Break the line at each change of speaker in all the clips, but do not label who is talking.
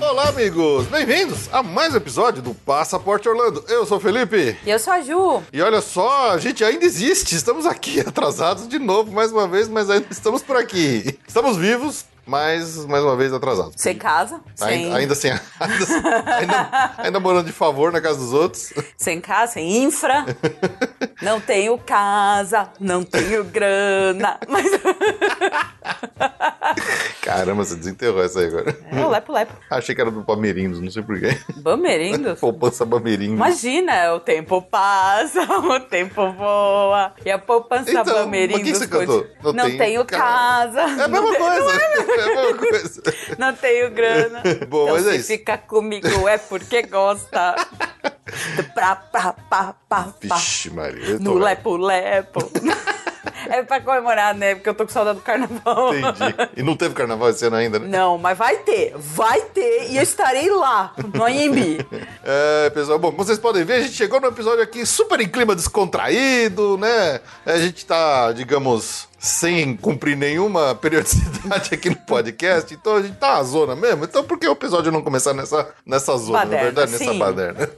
Olá, amigos! Bem-vindos a mais um episódio do Passaporte Orlando. Eu sou o Felipe.
E eu sou a Ju.
E olha só, a gente ainda existe. Estamos aqui atrasados de novo, mais uma vez, mas ainda estamos por aqui. Estamos vivos, mas mais uma vez atrasados.
Sem casa, sem,
Ainda, ainda sem. Ainda, sem- ainda- ainda morando de favor na casa dos outros.
sem casa, sem infra. não tenho casa, não tenho grana. Mas
Caramba, você desenterrou essa aí agora.
é o lepo-lepo.
Achei que era do Palmeirindos, não sei porquê.
Bamerindos.
Poupança Palmeirindos.
Imagina, o tempo passa, o tempo voa. E a poupança
Então, mas
Bamerindos.
o que que você cantou?
conti-
Não
Não,
tenho
tenho
casa.
casa.
É a mesma coisa. É a mesma coisa.
Não tenho grana.
Bom,
então,
mas é
se
isso.
fica comigo é porque gosta. pra, pra, pra, pra, pra.
Vixe, Maria. eu tô
No
velho.
lepo-lepo. é pra comemorar, né? Porque eu tô com saudade do carnaval.
Entendi. E não teve carnaval esse ano ainda, né?
Não, mas vai ter, vai ter e eu estarei lá, no Anhembi.
É, pessoal, bom, como vocês podem ver, a gente chegou num episódio aqui super em clima descontraído, né? A gente tá, digamos, sem cumprir nenhuma periodicidade aqui no podcast, então a gente tá na zona mesmo. Então por que o episódio não começar nessa, nessa zona, na
Baderna,
verdade? Nessa
sim.
baderna.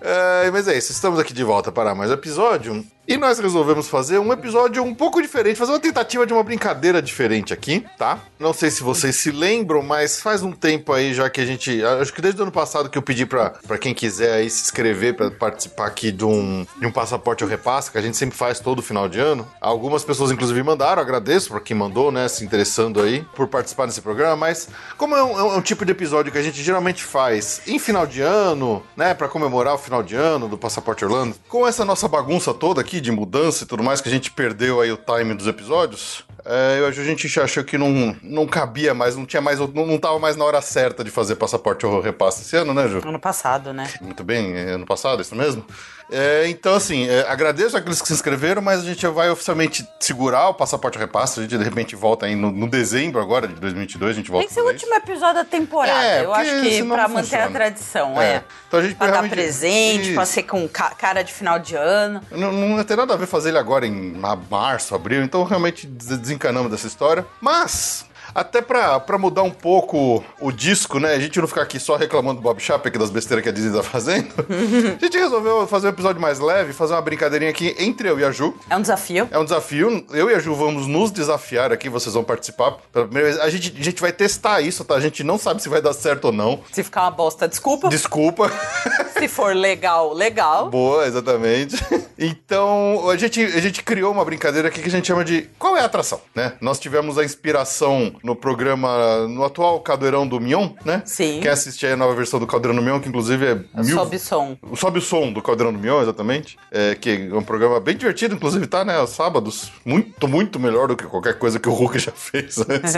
É, mas é isso, estamos aqui de volta para mais um episódio. E nós resolvemos fazer um episódio um pouco diferente, fazer uma tentativa de uma brincadeira diferente aqui, tá? Não sei se vocês se lembram, mas faz um tempo aí já que a gente. Acho que desde o ano passado que eu pedi pra, pra quem quiser aí se inscrever pra participar aqui de um, de um passaporte ou repassa, que a gente sempre faz todo final de ano. Algumas pessoas, inclusive, mandaram, agradeço pra quem mandou, né? Se interessando aí por participar desse programa, mas como é um, é um- é um tipo de episódio que a gente geralmente faz em final de ano, né? Pra comemorar o final de ano do Passaporte Orlando, com essa nossa bagunça toda aqui de mudança e tudo mais, que a gente perdeu aí o time dos episódios. é, eu acho que a gente já achou que não, não cabia mais, não tinha mais, não, não tava mais na hora certa de fazer passaporte ou repassa esse ano, né, Ju?
Ano passado, né?
Muito bem, é ano passado, é isso mesmo? É, então, assim, é, agradeço aqueles que se inscreveram, mas a gente vai oficialmente segurar o passaporte repasso. A gente, de repente, volta aí no, no dezembro agora de 2022, a gente volta
Tem que ser o
a fazer
último episódio da temporada,
É,
eu
porque
acho que
senão
pra
não
manter
funciona.
a tradição,
É.
é.
Então a gente
pra dar
realmente-
presente, pra
Isso.
ser com ca- cara de final de ano.
Não, não tem nada a ver fazer ele agora em na- março, abril, então realmente des- desencanamos dessa história. Mas, até pra, pra mudar um pouco o disco, né? A gente não ficar aqui só reclamando do Bob Chapek das besteiras que a Disney tá fazendo. a gente resolveu fazer um episódio mais leve, fazer uma brincadeirinha aqui entre eu e a Ju.
É um desafio.
É um desafio. Eu e a Ju vamos nos desafiar aqui, vocês vão participar pela primeira vez. A gente, a gente vai testar isso, tá? A gente não sabe se vai dar certo ou não.
Se ficar uma bosta, desculpa.
Desculpa.
Se for legal, legal.
Boa, exatamente. Então, a gente, a gente criou uma brincadeira aqui que a gente chama de qual é a atração, né? Nós tivemos a inspiração no programa, no atual Caldeirão do Mion, né?
Sim.
Quem assistir aí a nova versão do Caldeirão do Mion, que inclusive é mil...
Sobe som.
O Sobe o Som do Caldeirão do Mion, exatamente. É, que é um programa bem divertido, inclusive, tá, né? Aos sábados. Muito, muito melhor do que qualquer coisa que o Hulk já fez antes.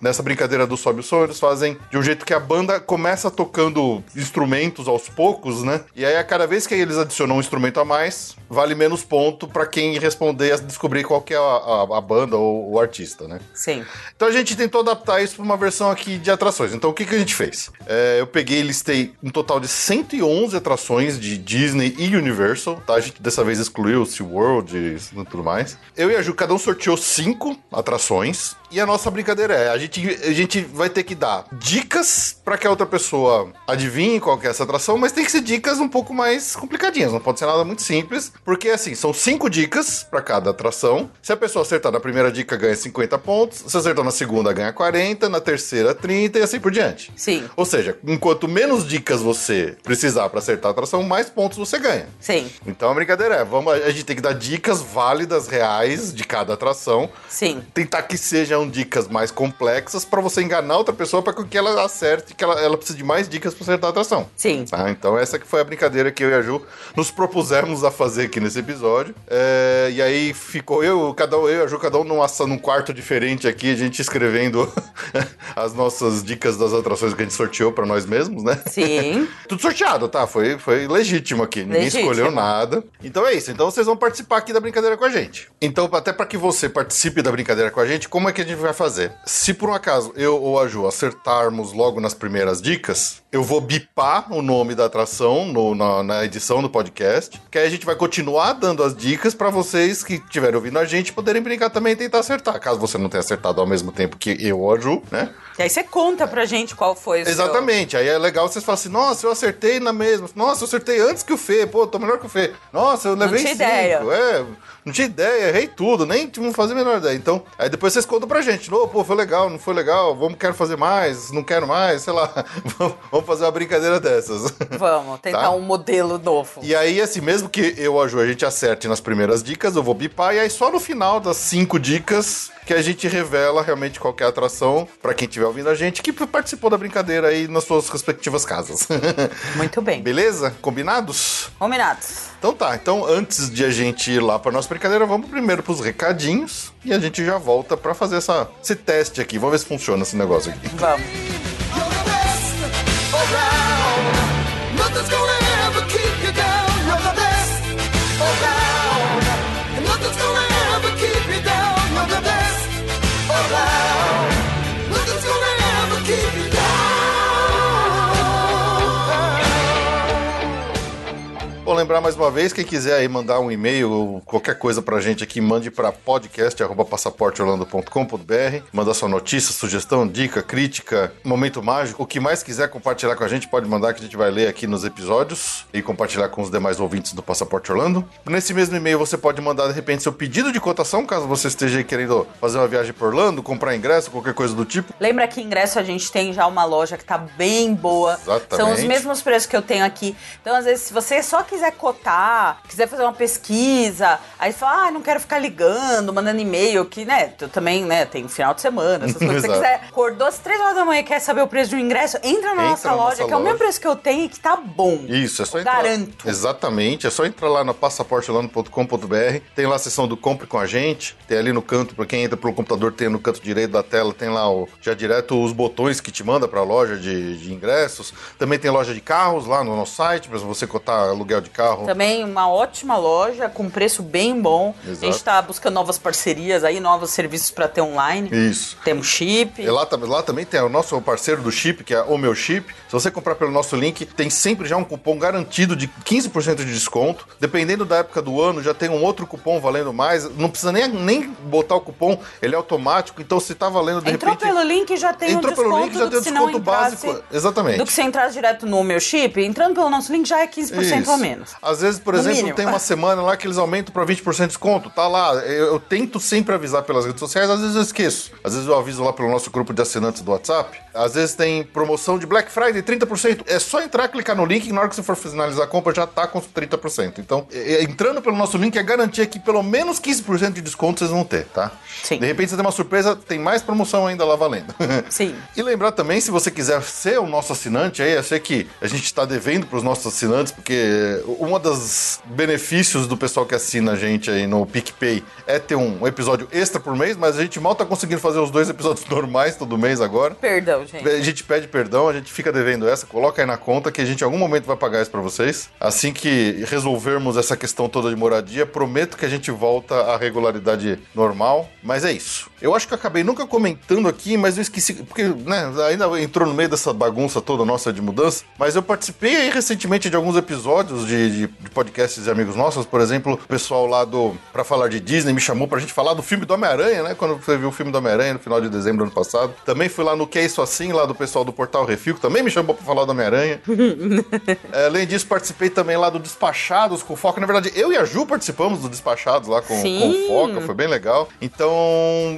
Nessa brincadeira do Sobe o Som, eles fazem de um jeito que a banda começa tocando instrumentos aos poucos, né? E aí, a cada vez que eles adicionam um instrumento a mais, vale menos ponto pra quem responder e descobrir qual que é a, a- a banda ou o artista, né?
Sim.
Então a gente tentou adaptar isso para uma versão aqui de atrações. Então o que, que a gente fez? É, eu peguei e listei um total de 111 atrações de Disney e Universal, tá? A gente dessa vez excluiu o SeaWorld e tudo mais. Eu e a Ju, cada um sorteou cinco atrações. E a nossa brincadeira é, a gente, a gente vai ter que dar dicas para que a outra pessoa adivinhe qual que é essa atração, mas mas tem que ser dicas um pouco mais complicadinhas, não pode ser nada muito simples, porque assim, são cinco dicas pra cada atração. Se a pessoa acertar na primeira dica, ganha 50 pontos, se acertar na segunda, ganha 40, na terceira, 30 e assim por diante.
Sim,
Ou seja, enquanto menos dicas você precisar pra acertar a atração, mais pontos você ganha.
sim,
Então a brincadeira é, vamos, a gente tem que dar dicas válidas, reais, de cada atração.
sim.
Tentar que sejam dicas mais complexas pra você enganar outra pessoa para que ela acerte, que ela, ela precise de mais dicas pra acertar a atração.
Sim.
Tá? Então essa que foi a brincadeira que eu e a Ju nos propusemos a fazer aqui nesse episódio. É, e aí ficou eu, cada um, eu e a Ju, cada um numa, sa- num quarto diferente aqui, a gente escrevendo as nossas dicas das atrações que a gente sorteou pra nós mesmos, né?
Sim.
Tudo sorteado, tá? Foi, foi legítimo aqui. Ninguém
Legítimo.
escolheu nada. Então é isso. Então vocês vão participar aqui da brincadeira com a gente. Então, até para que você participe da brincadeira com a gente, como é que a gente vai fazer? Se por um acaso eu ou a Ju acertarmos logo nas primeiras dicas, eu vou bipar o nome da atração no- na, na edição do podcast. Que aí a gente vai continuar dando as dicas para vocês que estiverem ouvindo a gente poderem brincar também e tentar acertar. Caso você não tenha acertado ao mesmo tempo que eu ou a Ju, né?
E aí você conta pra gente qual foi o seu-
Exatamente. Aí é legal vocês falarem assim, nossa, eu acertei na mesma. Nossa, eu acertei antes que o Fê. Pô, tô melhor que o Fê. Nossa, eu levei
tinha
cinco.
ideia.
É, não tinha ideia, errei tudo, nem não fazia a menor ideia. Então, aí depois vocês contam pra gente. Não, pô, foi legal, não foi legal, vamos, quero fazer mais, não quero mais, sei lá. Vamos- Vamos fazer uma brincadeira dessas.
Vamos tentar
Tá.
um modelo novo.
E aí, assim, mesmo que eu ou a Ju, a gente acerte nas primeiras dicas, eu vou bipar, e aí só no final das cinco dicas que a gente revela realmente qual que é a atração pra quem estiver ouvindo a gente, que participou da brincadeira aí nas suas respectivas casas.
Muito bem.
Beleza? Combinados?
Combinados.
Então tá, então antes de a gente ir lá pra nossa brincadeira, vamos primeiro pros recadinhos e a gente já volta pra fazer essa, esse teste aqui. Vamos ver se funciona esse negócio aqui.
Vamos.
You're the best around. Nothing's gonna ever keep you down. You're the best around. And nothing's gonna ever keep you down. You're the best around. Nothing's gonna ever keep you down.
Vou lembrar mais uma vez, quem quiser aí mandar um e-mail ou qualquer coisa pra gente aqui, mande pra podcast.passaporteorlando.com.br. Manda sua notícia, sugestão, dica, crítica, momento mágico, o que mais quiser compartilhar com a gente, pode mandar que a gente vai ler aqui nos episódios e compartilhar com os demais ouvintes do Passaporte Orlando. Nesse mesmo e-mail você pode mandar de repente seu pedido de cotação, caso você esteja aí querendo fazer uma viagem por Orlando, comprar ingresso, qualquer coisa do tipo.
Lembra que ingresso a gente tem já uma loja que tá bem boa.
Exatamente.
São os mesmos preços que eu tenho aqui. Então, às vezes, se você só quiser cotar, quiser fazer uma pesquisa, aí fala, ah, não quero ficar ligando, mandando e-mail, que, né, eu também, né, tem final de semana, essas coisas. se você
Exato.
quiser, acordou às três horas da manhã e quer saber o preço de um ingresso, entra na
Entra
nossa
na
loja,
nossa
que é o mesmo
loja.
preço que eu tenho e que tá bom.
Isso, é só
Eu
entrar.
Garanto.
Exatamente, é só entrar lá no passaporteolano.com.br, tem lá a seção do compre com a gente, tem ali no canto, pra quem entra pelo computador, tem no canto direito da tela, tem lá o, já direto os botões que te manda pra loja de, de ingressos. Também tem loja de carros lá no nosso site, pra você cotar aluguel de carro.
Também uma ótima loja, com preço bem bom.
Exato.
A gente tá buscando novas parcerias aí, novos serviços pra ter online.
Isso.
Temos chip.
E É, lá, tam- lá também tem o nosso parceiro do chip, que é o meu chip. Se você comprar pelo nosso link, tem sempre já um cupom garantido de 15% de desconto. Dependendo da época do ano, já tem um outro cupom valendo mais. Não precisa nem, nem botar o cupom, ele é automático. Então, se tá valendo de
Entrou
repente.
pelo link já tem um
entrou
desconto
pelo link, já
do
tem
que
o
se não
desconto
entrasse-
básico. é. Exatamente.
Do que se entrasse direto no meu chip, entrando pelo nosso link já é 15%
Isso.
a menos.
Às vezes, por
No
exemplo,
mínimo.
tem uma semana lá que eles aumentam pra 20% de desconto. Tá lá. Eu, eu tento sempre avisar pelas redes sociais, às vezes eu esqueço. Às vezes eu aviso lá pelo nosso grupo de assinantes do WhatsApp. Às vezes tem promoção de Black Friday, 30%. É só entrar, clicar no link e na hora que você for finalizar a compra já tá com os 30%. Então, é- é- entrando pelo nosso link é garantia que pelo menos 15% de desconto vocês vão ter, tá?
Sim.
De repente você tem uma surpresa, tem mais promoção ainda lá valendo.
Sim.
E lembrar também, se você quiser ser o nosso assinante, aí eu sei que a gente está devendo para os nossos assinantes, porque um dos benefícios do pessoal que assina a gente aí no PicPay é ter um episódio extra por mês, mas a gente mal tá conseguindo fazer os dois episódios normais todo mês agora.
Perdão, gente.
A gente pede perdão, a gente fica devendo essa, coloca aí na conta que a gente em algum momento vai pagar isso pra vocês. Assim que resolvermos essa questão toda de moradia, prometo que a gente volta à regularidade normal. Mas é isso. Eu acho que eu acabei nunca comentando aqui, mas eu esqueci, porque né, ainda entrou no meio dessa bagunça toda nossa de mudança. Mas eu participei aí recentemente de alguns episódios de,
de, de- de podcasts de amigos nossos, por exemplo, o pessoal lá do Pra Falar de Disney me chamou pra gente falar do filme do Homem-Aranha, né? Quando você viu o filme do Homem-Aranha no final de dezembro do ano passado. Também fui lá no Que É Isso Assim, lá do pessoal do Portal Refil, que também me chamou pra falar do Homem-Aranha. É, Além disso, participei também lá do Despachados com Foca. Na verdade, eu e a Ju participamos do Despachados lá com,
Sim.
com o Foca, foi bem legal. Então,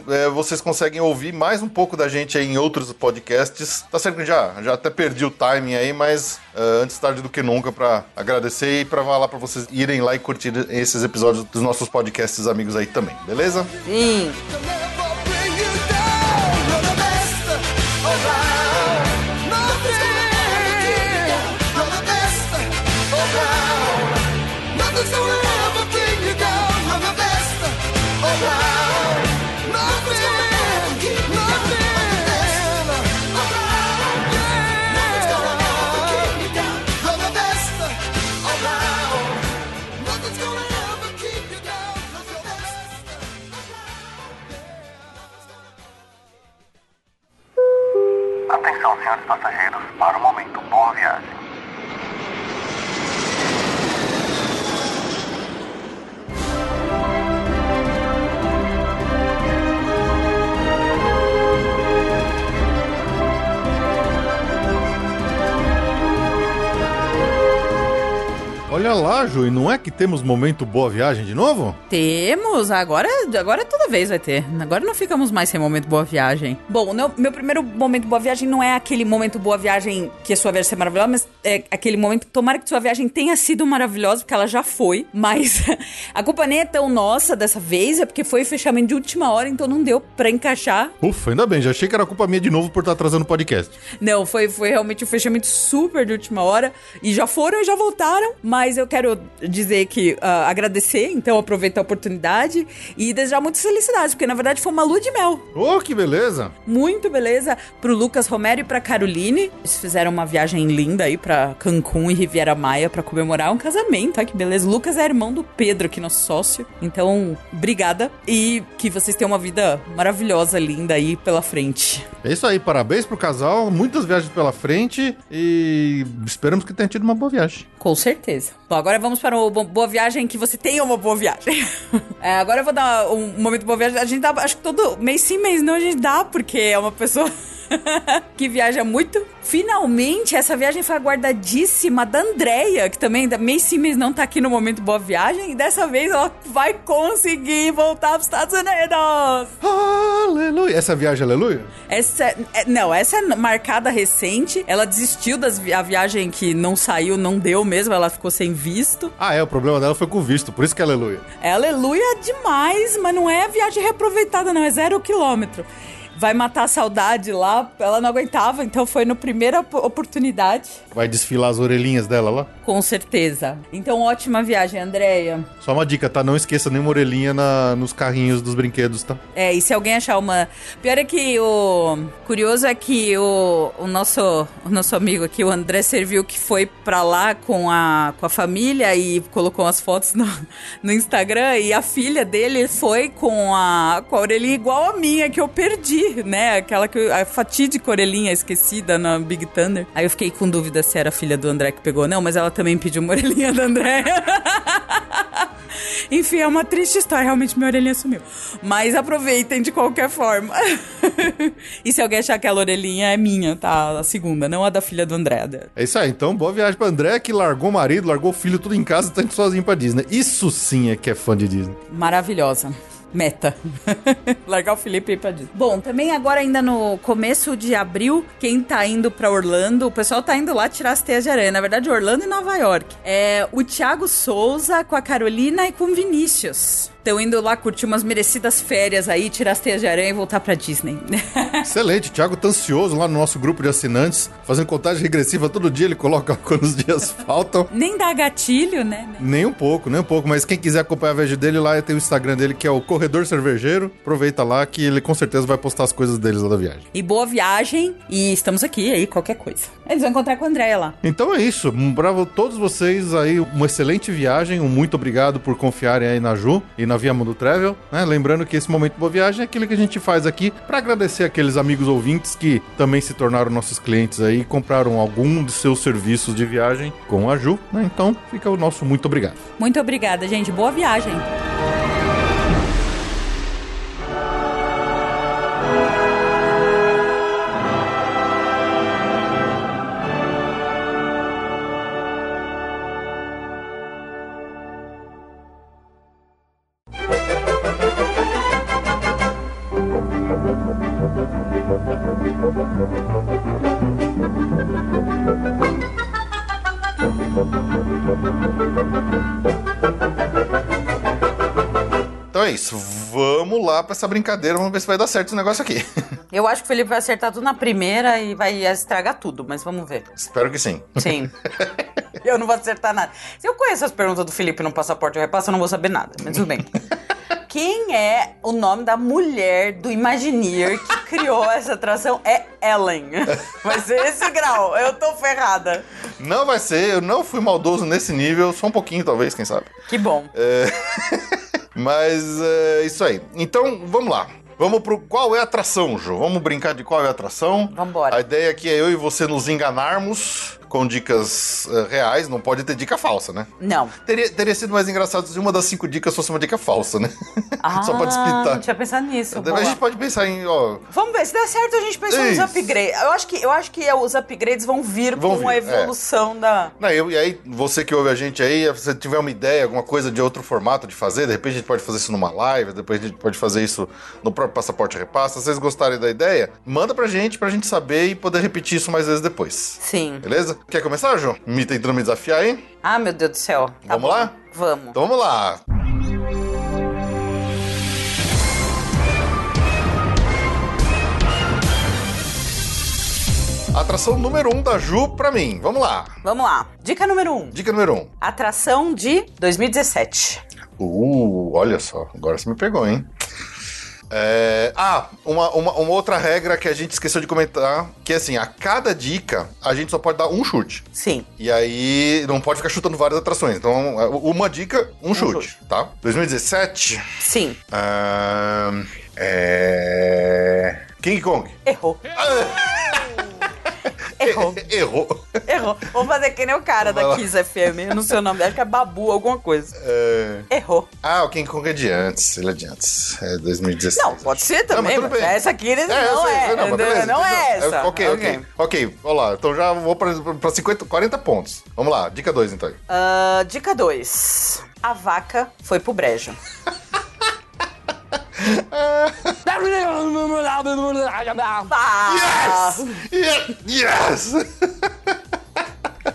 é, vocês conseguem ouvir mais um pouco da gente aí em outros podcasts. Tá certo que já, já até perdi o timing aí, mas é, antes tarde do que nunca pra agradecer e pra falar pra vocês irem lá e curtir esses episódios dos nossos podcasts amigos aí também, beleza?
Sim.
They'll never bring you down. You're the best around. Nothing's gonna ever keep you down. You're the best around. Nothing's gonna ever keep you down. You're the best around. Nothing's gonna ever keep you down. You're the best around. Nothing's gonna ever keep you down. You're the best around. Nothing's gonna ever keep you down. You're the best
Atenção, senhores passageiros, para o momento. Boa viagem.
Olha lá, Ju, e não é que temos momento boa viagem de novo?
Temos, agora, agora toda vez vai ter. Agora não ficamos mais sem momento boa viagem.
Bom, não- meu primeiro momento boa viagem não é aquele momento boa viagem que a sua viagem seja maravilhosa, mas é aquele momento. Tomara que sua viagem tenha sido maravilhosa, porque ela já foi. Mas a culpa nem é tão nossa dessa vez, é porque foi fechamento de última hora, então não deu pra encaixar.
Ufa, ainda bem, já achei que era culpa minha de novo por estar atrasando o podcast.
Não, foi, foi realmente um fechamento super de última hora. E já foram e já voltaram. Mas eu quero dizer que ah, agradecer, então aproveitar a oportunidade e desejar muitas felicidades, porque na verdade foi uma lua de mel.
Ô, que beleza!
Muito beleza pro Lucas Romero e pra Caroline. Eles fizeram uma viagem linda aí pra Cancún e Riviera Maia pra comemorar um casamento. Olha que beleza. O Lucas é irmão do Pedro, aqui nosso sócio. Então, obrigada e que vocês tenham uma vida maravilhosa, linda aí pela frente.
É isso aí, parabéns pro casal, muitas viagens pela frente e esperamos que tenha tido uma boa viagem.
Com certeza. Bom, agora vamos para uma boa viagem que você tenha uma boa viagem. É, agora eu vou dar um momento boa viagem. A gente dá, acho que todo mês sim, mês não, a gente dá, porque é uma pessoa que viaja muito. Finalmente, essa viagem foi aguardadíssima da Andrea, que também da mês sim, mês não tá aqui no momento boa viagem. E dessa vez ela vai conseguir voltar pros Estados Unidos!
Aleluia! Essa viagem, é aleluia?
Essa, é- não, essa é marcada recente. Ela desistiu da viagem que não saiu, não deu mesmo. Ela ficou sem visto.
Ah, é, o problema dela foi com o visto, por isso que é aleluia.
É aleluia demais, mas não é viagem reaproveitada, não. É zero quilômetro. Vai matar a saudade lá. Ela não aguentava, então foi na primeira op- oportunidade.
Vai desfilar as orelhinhas dela lá.
Com certeza. Então, ótima viagem, Andréia.
Só uma dica, tá? Não esqueça nenhuma orelhinha na- nos carrinhos dos brinquedos, tá?
É, e se alguém achar uma. Pior é que o. Curioso é que o, o, nosso, o nosso amigo aqui, o André Serviu, que foi pra lá com a, com a família e colocou as fotos no, no Instagram, e a filha dele foi com a, com a orelhinha igual a minha, que eu perdi, né? Aquela que. eu- A fatídica orelhinha esquecida na Big Thunder. Aí eu fiquei com dúvida se era a filha do André que pegou, não, mas ela também pediu uma orelhinha da André. Enfim, é uma triste história. Realmente, minha orelhinha sumiu. Mas aproveitem de qualquer forma. e se alguém achar que aquela orelhinha é minha, tá? A segunda, não a da filha do André.
É isso aí, então boa viagem pra André, que largou o marido, largou o filho tudo em casa e tá indo sozinho pra Disney. Isso sim é que é fã de Disney.
Maravilhosa. Meta. Largar o Felipe e ir pra Disney. Bom, também agora ainda no começo de abril, quem tá indo pra Orlando, o pessoal tá indo lá tirar as teias de aranha. Na verdade, Orlando e Nova York. É o Thiago Souza com a Carolina e com o Vinícius. Estão indo lá curtir umas merecidas férias aí, tirar as teias de aranha e voltar pra Disney.
Excelente, o Thiago tá ansioso lá no nosso grupo de assinantes, fazendo contagem regressiva todo dia, ele coloca quando os dias faltam.
Nem dá gatilho, né?
Nem um pouco, nem um pouco. Mas quem quiser acompanhar a viagem dele, lá tem o Instagram dele, que é o Corredor Cervejeiro. Aproveita lá que ele com certeza vai postar as coisas deles lá da viagem.
E boa viagem. E estamos aqui aí, qualquer coisa. Eles vão encontrar com a Andréia lá.
Então é isso.
Um
Pra todos vocês aí, uma excelente viagem. Um muito obrigado por confiarem aí na Ju e
na Via Mundo Travel, né? Lembrando que esse momento Boa Viagem é aquele que a gente faz aqui para agradecer aqueles amigos ouvintes que também se tornaram nossos clientes aí e compraram algum de seus serviços de viagem com a Ju, né? Então fica o nosso muito obrigado.
Muito obrigada, gente. Boa viagem.
Então é isso, vamos lá para essa brincadeira, vamos ver se vai dar certo esse negócio aqui.
Eu acho que o Felipe vai acertar tudo na primeira e vai estragar tudo, mas vamos ver.
Espero que sim.
Sim. eu não vou acertar nada. Se eu conheço as perguntas do Felipe no passaporte ou repasso, eu não vou saber nada, mas tudo bem. Quem é o nome da mulher do Imagineer que criou essa atração? É Ellen. Vai ser esse grau. Eu tô ferrada.
Não vai ser, eu não fui maldoso nesse nível, só um pouquinho talvez, quem sabe.
Que bom.
um Mas é isso aí. Então, vamos lá. Vamos pro qual é a atração, Ju? Vamos brincar de qual é a atração?
Vambora.
A ideia aqui é eu e você nos enganarmos com dicas eh, reais, não pode ter dica falsa, né?
Não.
Teria, teria sido mais engraçado se uma das cinco dicas fosse uma dica falsa, né?
Ah,
Só pra
Não
despistar.
tinha pensado nisso.
Mas a
boa.
gente pode pensar em, ó,
Vamos ver, se der certo a gente pensa nos
Isso.
upgrades. Eu acho que, eu acho que é, os upgrades vão vir
Vão
com a
vir, é.
evolução da.
Não, eu- e aí, você que ouve a gente aí, se você tiver uma ideia, alguma coisa de outro formato de fazer, de repente a gente pode fazer isso numa live, depois a gente pode fazer isso no próprio Passaporte Repassa. Se vocês gostarem da ideia, manda pra gente, pra gente saber e poder repetir isso mais vezes depois.
Sim.
Beleza? Quer começar, João? Me tentando me desafiar aí?
Ah, meu Deus do céu. Tá
Vamos
bom.
lá?
Vamos.
Então vamos lá. Atração número 1 um da Ju pra mim. Vamos lá.
Vamos lá. Dica número 1. Um.
Dica número 1. Um.
Atração de 2017.
Uh, olha só, agora você me pegou, hein? É, ah, uma, uma, uma outra regra que a gente esqueceu de comentar, que é assim, a cada dica, a gente só pode dar um chute.
Sim.
E aí, não pode ficar chutando várias atrações. Então, uma dica, um, chute,
chute.
tá? 2017,
Sim.
ahn, ah, é... King Kong.
Errou. Errou.
Errou.
Errou. Vou fazer que nem o cara
Vai
da
lá.
Kiss FM. Eu não sei o nome. Acho que é Babu, alguma coisa.
É,
Errou.
Ah, o King Kong é de antes, ele é de antes. É 2017.
Não, pode ser
Não, mas
também.
tudo
mas
bem.
essa aqui
eu
eles não
sei,
é.
eu sei, mas
entendeu?
beleza,
não é
entendeu?
essa.
É, ok, ok, ok. Vamos lá, então já vou pra, pra 50, 40 pontos. Vamos lá, dica 2 então.
Ah, dica 2. A vaca foi pro brejo. Ah,
Yes! Yes!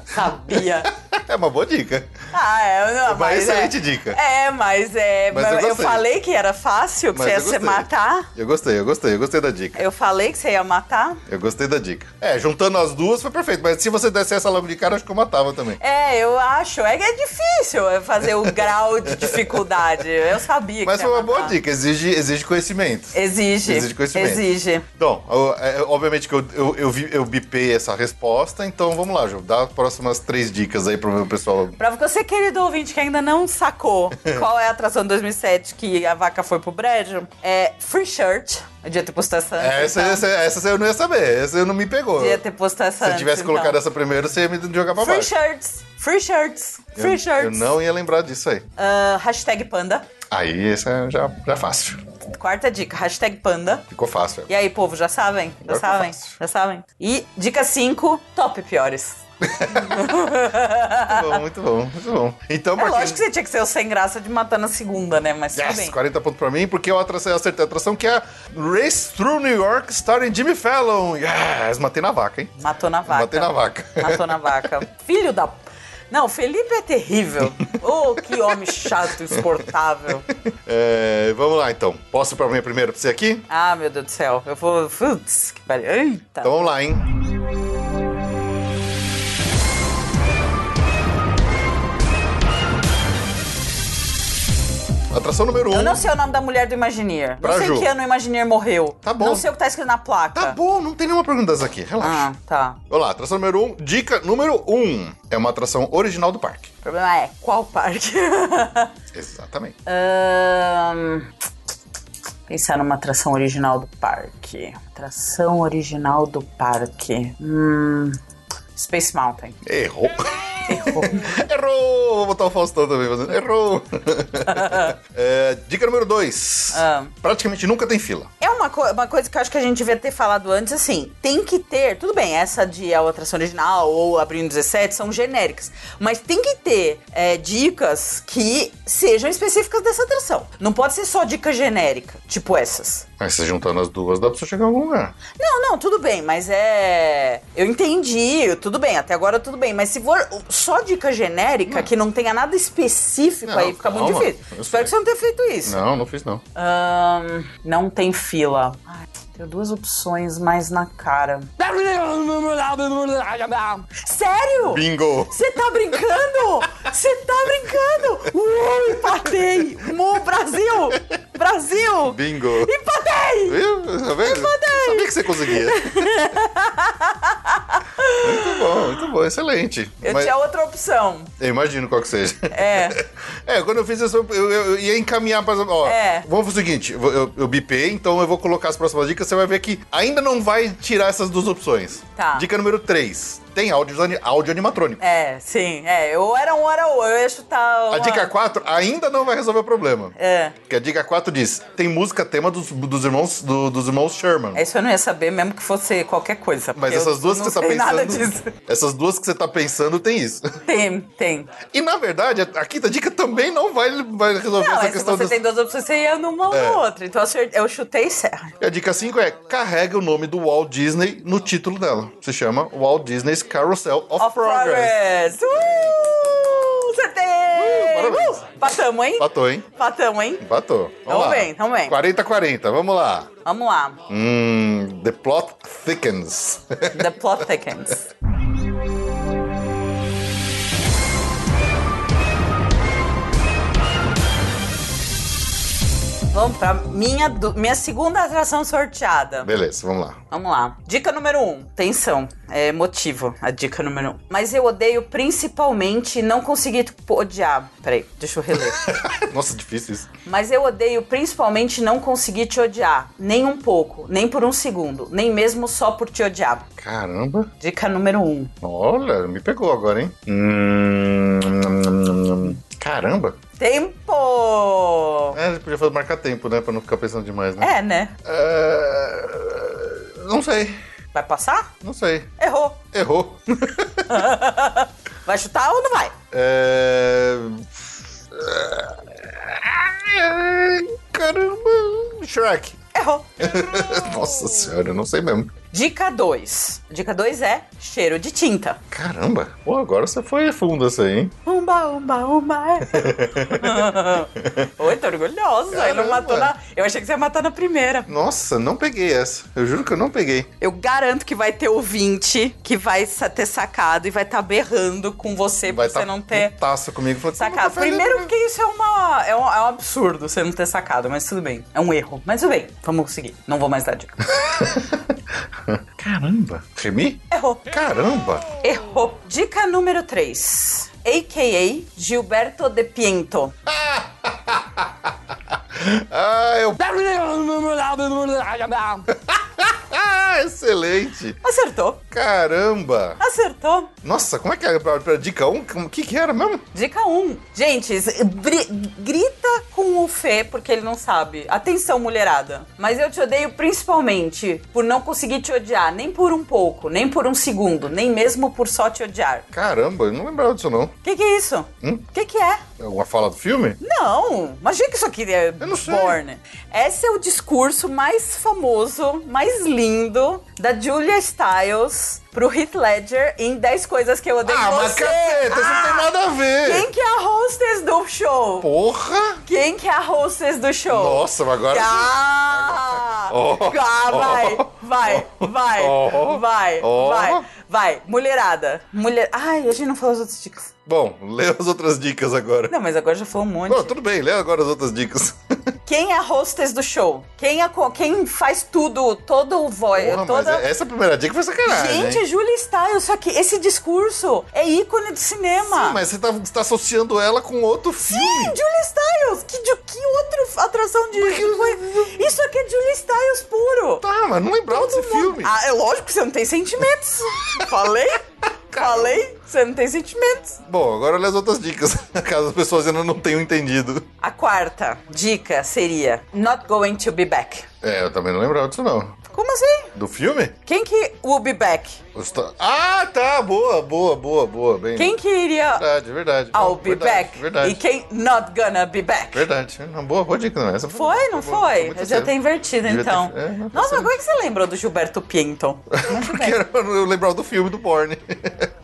Sabia.
é uma boa dica.
Ah, é, não,
Uma
mas
excelente
é,
dica.
É, mas é.
Mas eu
eu,
gostei.
falei que era fácil, que
Mas eu
você ia
gostei.
se matar.
Eu gostei, eu gostei, eu gostei da dica.
Eu falei que você ia matar.
Eu gostei da dica. É, juntando as duas foi perfeito, mas se você desse essa logo de cara, acho que eu matava também.
É, eu acho. É que é difícil eu fazer o grau de dificuldade. Eu sabia que
Mas
você
foi
ia
uma boa
matar. É.
dica, exige, exige conhecimento.
Exige.
Exige conhecimento.
Exige.
Então, eu- é, obviamente que eu, eu, eu, vi- eu bipei essa resposta, então vamos lá, Ju. Dá as próximas três dicas aí pro meu pessoal
Pra você, querido ouvinte, que ainda não sacou qual é a atração de 2007 que a vaca foi pro brejo, é Free Shirt. Eu devia ter postado essa antes.
É, Essa,
então.
essa, essa eu não ia saber, essa eu não me pegou.
Eu devia ter postado essa
Se eu
antes,
tivesse
então.
colocado essa primeiro, você ia me jogar pra
Free
baixo.
Shirts, Free Shirts, Free
eu,
Shirts.
eu não ia lembrar disso aí.
Ah, hashtag panda.
Aí, essa é já, já é fácil.
Quarta dica, hashtag panda.
Ficou fácil.
E aí, povo, já sabem? Já
Agora ficou
sabem?
fácil.
Já sabem? E dica 5, top piores.
Muito bom, muito bom, muito bom. Então,
É
pra quem-
lógico que você tinha que ser o sem graça de matar na segunda, né? Mas tudo
Yes,
bem.
40 pontos pra mim, porque eu atrasei- acertei a atração que é Race Through New York starring Jimmy Fallon. Yes, matei na vaca, hein?
Matou na vaca.
Matei na vaca.
Matou na vaca. Filho da. Não, Felipe é terrível. Oh, que homem chato, insuportável.
É, vamos lá, então. Posso ir pra minha primeira pra você aqui?
Ah, meu Deus do céu. Eu vou. Putz, que pariu. Eita.
Então vamos lá, hein? Atração número um.
Eu não sei o nome da mulher do Imagineer.
Pra
não sei
Ju.
que ano o Imagineer morreu.
Tá bom.
Não sei o que tá escrito na placa.
Tá bom, não tem nenhuma pergunta dessa aqui, relaxa.
Ah, tá.
Olá, atração número um. Dica número um. É uma atração original do parque.
O problema é qual parque?
Exatamente.
Ahn, Pensar numa atração original do parque. Atração original do parque. Hum, Space Mountain.
Errou. Errou! Vou botar o Faustão também fazendo. Errou! É, dica número dois.
Ah.
Praticamente nunca tem fila.
É uma, co- uma coisa que eu acho que a gente devia ter falado antes, assim, tem que ter, tudo bem, essa de a atração original ou abrindo 17 são genéricas, mas tem que ter é, dicas que sejam específicas dessa atração. Não pode ser só dica genérica, tipo essas.
Aí você juntando as duas dá pra você chegar em algum lugar.
Não, não, tudo bem, mas é. Eu entendi, tudo bem, até agora tudo bem, mas se for só dica genérica, que não tenha nada específico
Hum. Não,
aí, fica muito
calma,
difícil.
eu
Espero
sei.
que você não tenha feito isso.
Não, não fiz não.
Ah. Ahn, não tem fila. Ai, tenho duas opções mais na cara. Sério?
Bingo!
Você tá brincando? Você tá brincando? Uh, empatei! Mu, Brasil! Brasil!
Bingo!
Empatei!
Viu? Tá vendo? Sabia que você conseguia. muito bom, muito bom, excelente.
Eu
Mas-
tinha outra opção.
Eu imagino qual que seja.
É.
É, quando eu fiz isso, eu, eu- eu ia encaminhar para. Ó,
É.
vamos fazer o seguinte: eu, eu, eu bipei, então eu vou colocar as próximas dicas. Você vai ver que ainda não vai tirar essas duas opções.
Tá.
Dica número 3. Tem áudio, áudio animatrônico.
É, sim. É, ou era um, ou era outro. Eu ia chutar.
A
uma-
dica 4 ainda não vai resolver o problema.
É.
Porque a dica 4 diz: tem música tema dos, dos irmãos, do- dos irmãos Sherman.
É, Isso eu não ia saber, mesmo que fosse qualquer coisa.
Mas
porque eu
essas duas
não
que você tá
sei Nada
pensando.
disso.
Essas duas que você tá pensando tem isso.
Tem, tem.
E na verdade, a a quinta dica também não vai, vai resolver
Não,
essa
é se
questão
você
desse.
tem duas opções, você ia numa ou
É.
na outra. Então eu acerte- eu chutei certo.
E a dica 5 é: carrega o nome do Walt Disney no título dela. Se chama Walt Disney's Carousel of,
Of
Progress.
progress! Uh! Acertei!
parabéns.
Uh! Patamos, hein?
Batou, hein?
Patamos, hein?
Batou.
Tamo
lá.
bem, tamo bem.
40-40, vamos lá.
Vamos lá.
Hum, the plot thickens.
The plot thickens. Vamos pra minha, du- minha segunda atração sorteada.
Beleza, vamos lá.
Vamos lá. Dica número um. Tensão. É motivo. A dica número um. Mas eu odeio principalmente não conseguir tipo, odiar. Peraí, deixa eu reler.
Nossa, difícil isso.
Mas eu odeio principalmente não conseguir te odiar. Nem um pouco, nem por um segundo, nem mesmo só por te odiar.
Caramba.
Dica número um.
Olha, me pegou agora, hein? Hum, Caramba.
Tempo!
É, podia fazer marcar tempo, né? Pra não ficar pensando demais, né?
É, né?
É, Não sei,
Vai passar?
não sei.
Errou.
Errou.
Vai chutar ou não vai?
É... é, Caramba, Shrek.
Errou.
Nossa senhora, eu não sei mesmo.
Dica 2. Dica 2 é cheiro de tinta.
Caramba, pô, agora você foi fundo essa aí, hein?
Umba, umba, umba. Oi, tô orgulhosa. Ele não
Caramba.
matou na... Eu achei que você ia matar na primeira.
Nossa, não peguei essa. Eu juro que eu não peguei.
Eu garanto que vai ter ouvinte que vai sa- ter sacado e vai estar berrando com você por você
tá
não ter
putaça comigo. Falando,
sacado. Primeiro que isso é, uma, é, um, é um absurdo você não ter sacado, mas tudo bem. É um erro. Mas tudo bem, vamos seguir. Não vou mais dar dica.
Caramba. Remi?
Errou.
Caramba.
Errou. Dica número 3. A.K.A. Gilberto de Pinto.
Ah, eu... Ah, excelente.
Acertou.
Caramba.
Acertou.
Nossa, como é que era pra, pra dica 1? O que que era mesmo?
Dica 1. Gente, s- bri- grita com o Fê porque ele não sabe. Atenção, mulherada. Mas eu te odeio principalmente por não conseguir te odiar, nem por um pouco, nem por um segundo, nem mesmo por só te odiar.
Caramba, eu não lembrava disso não.
Que que é isso?
Hum?
Que que é?
Alguma fala do filme?
Não, imagina que isso aqui é
Eu não sei.
Born. Esse é o discurso mais famoso, mais lindo texto da Julia Stiles pro Heath Ledger em 10 coisas que eu odeio
Ah,
em
mas
você. Ah,
caceta, isso não tem nada a ver.
Quem que é a hostess do show?
Porra!
Quem que é a hostess do show?
Nossa, mas agora.
Ah!
Oh.
Ah, vai,
Oh.
vai, vai,
Oh.
vai,
Oh.
vai, vai. Mulherada. Mulher... Ai, a gente não falou as outras dicas.
Bom, lê as outras dicas agora.
Não, mas agora já falou um monte.
Bom, tudo bem, lê agora as outras dicas.
Quem é a hostess do show? Quem, é co- quem faz tudo, todo o voz,
Porra, mas
toda...
é- essa primeira dica foi sacanagem.
Gente,
hein?
é Julia Stiles, só que esse discurso é ícone do cinema.
Sim, mas você tá, você tá associando ela com outro filme.
Sim, Julia Stiles! Que, de- que outra atração de... foi- Isso aqui é Julia Stiles puro!
Tá, mas não lembrava desse filme.
Ah, é lógico que você não tem sentimentos. Falei? Falei? Você não tem sentimentos.
Bom, agora lê as outras dicas, caso as pessoas ainda não tenham entendido.
A quarta dica seria Not going to be back.
É, eu também não lembrava disso, não.
Como assim?
Do filme?
Quem que will be back?
Os to- Ah, tá, boa, boa, boa, boa. Bem...
Quem que iria
Verdade, verdade.
I'll
Não,
be
verdade,
back?
Verdade.
E quem not gonna be back?
Verdade. Uma boa, boa dica, não é? Essa
Foi, não
boa,
foi?
muito
Eu já
certeira.
tô invertida,
Devia ter-
então.
é, não foi
Nossa,
certo.
como é que você lembrou do Gilberto Pinton?
Porque era- eu lembrava do filme do Borne.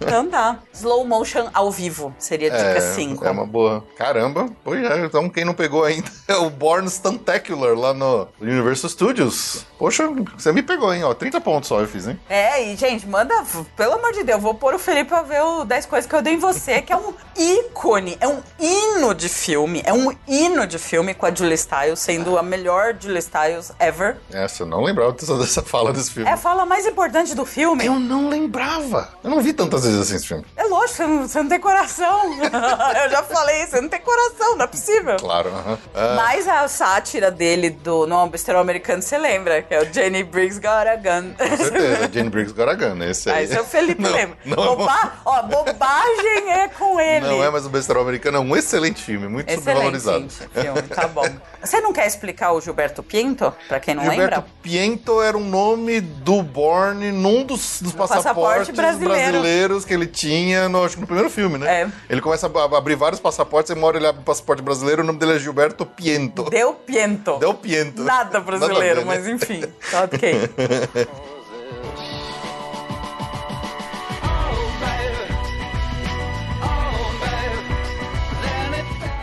Então tá. Slow motion ao vivo seria a dica 5.
é uma boa. Caramba, pois é, então quem não pegou ainda é o Born Stuntacular lá no Universal Studios. Poxa, você me pegou, hein? Ó, 30 pontos só eu fiz, hein?
É, e gente, manda, pelo amor de Deus, vou pôr o Felipe pra ver o 10 coisas que eu dei em você, que é um ícone, é um hino de filme, é um hino de filme com a Julie Stiles sendo a melhor Julie Stiles ever.
Essa, eu não lembrava dessa, dessa fala desse filme.
É a fala mais importante do filme.
Eu não lembrava. Eu não vi tantas vezes assim esse filme.
É lógico, você não, você não tem coração. eu já falei, você não tem coração, não é possível.
Claro. aham. Ah,
Mas a sátira dele do No Ambesterol Americano, você lembra? Que é o Jenny Briggs Got a Gun.
com certeza, Jane Briggs Goragana, esse aí.
Ah, esse é o Felipe
não,
lembra.
Não, é bom.
Boba- Ó, bobagem é com ele.
Não é mais um besterol americano, é um excelente filme, muito
Excelente,
subvalorizado.
gente, filme, tá bom. Você não quer explicar o Gilberto Pinto, pra quem não
Gilberto
lembra?
Piento era um nome do Borne num dos, dos
passaporte
passaportes
brasileiro.
brasileiros que ele tinha no, acho que no primeiro filme, né?
É.
Ele começa a ab- abrir vários passaportes, e uma hora ele abre o passaporte brasileiro, o nome dele é Gilberto Piento.
Deu Pinto.
Deu Piento.
Nada
Nada
brasileiro,
a ver,
mas
né?
enfim. Tá ok.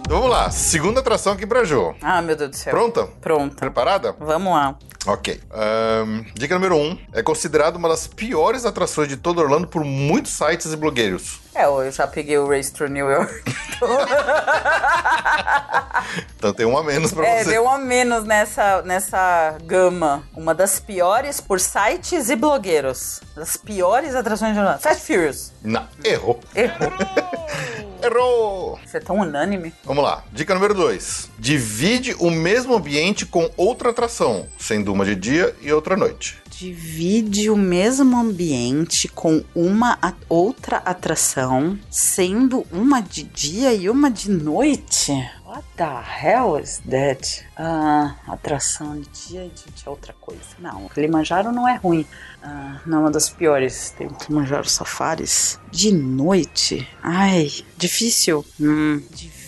Então vamos lá, segunda atração aqui pra Jo.
Ah, meu Deus do céu.
Pronta?
Pronta.
Preparada?
Vamos lá.
Ok. Ahn, dica número 1. Um, é considerada uma das piores atrações de todo Orlando por muitos sites e blogueiros.
É, eu já peguei o Race to New York.
Então tem um a menos pra
É,
você.
deu um a menos nessa, nessa gama. Uma das piores por sites e blogueiros. Das piores atrações de Orlando. Fast Furious.
Não, errou.
Errou.
Errou!
Você é tão unânime.
Vamos lá. Dica número 2. Divide o mesmo ambiente com outra atração, sendo uma de dia e outra à noite.
Divide o mesmo ambiente com uma a- outra atração, sendo uma de dia e uma de noite? What the hell is that? Ah, atração de dia e de, de outra coisa. Não, o Kilimanjaro não é ruim. Ah, não é uma das piores. Tem o Kilimanjaro Safaris. De noite? Ai, difícil. Hum, difícil.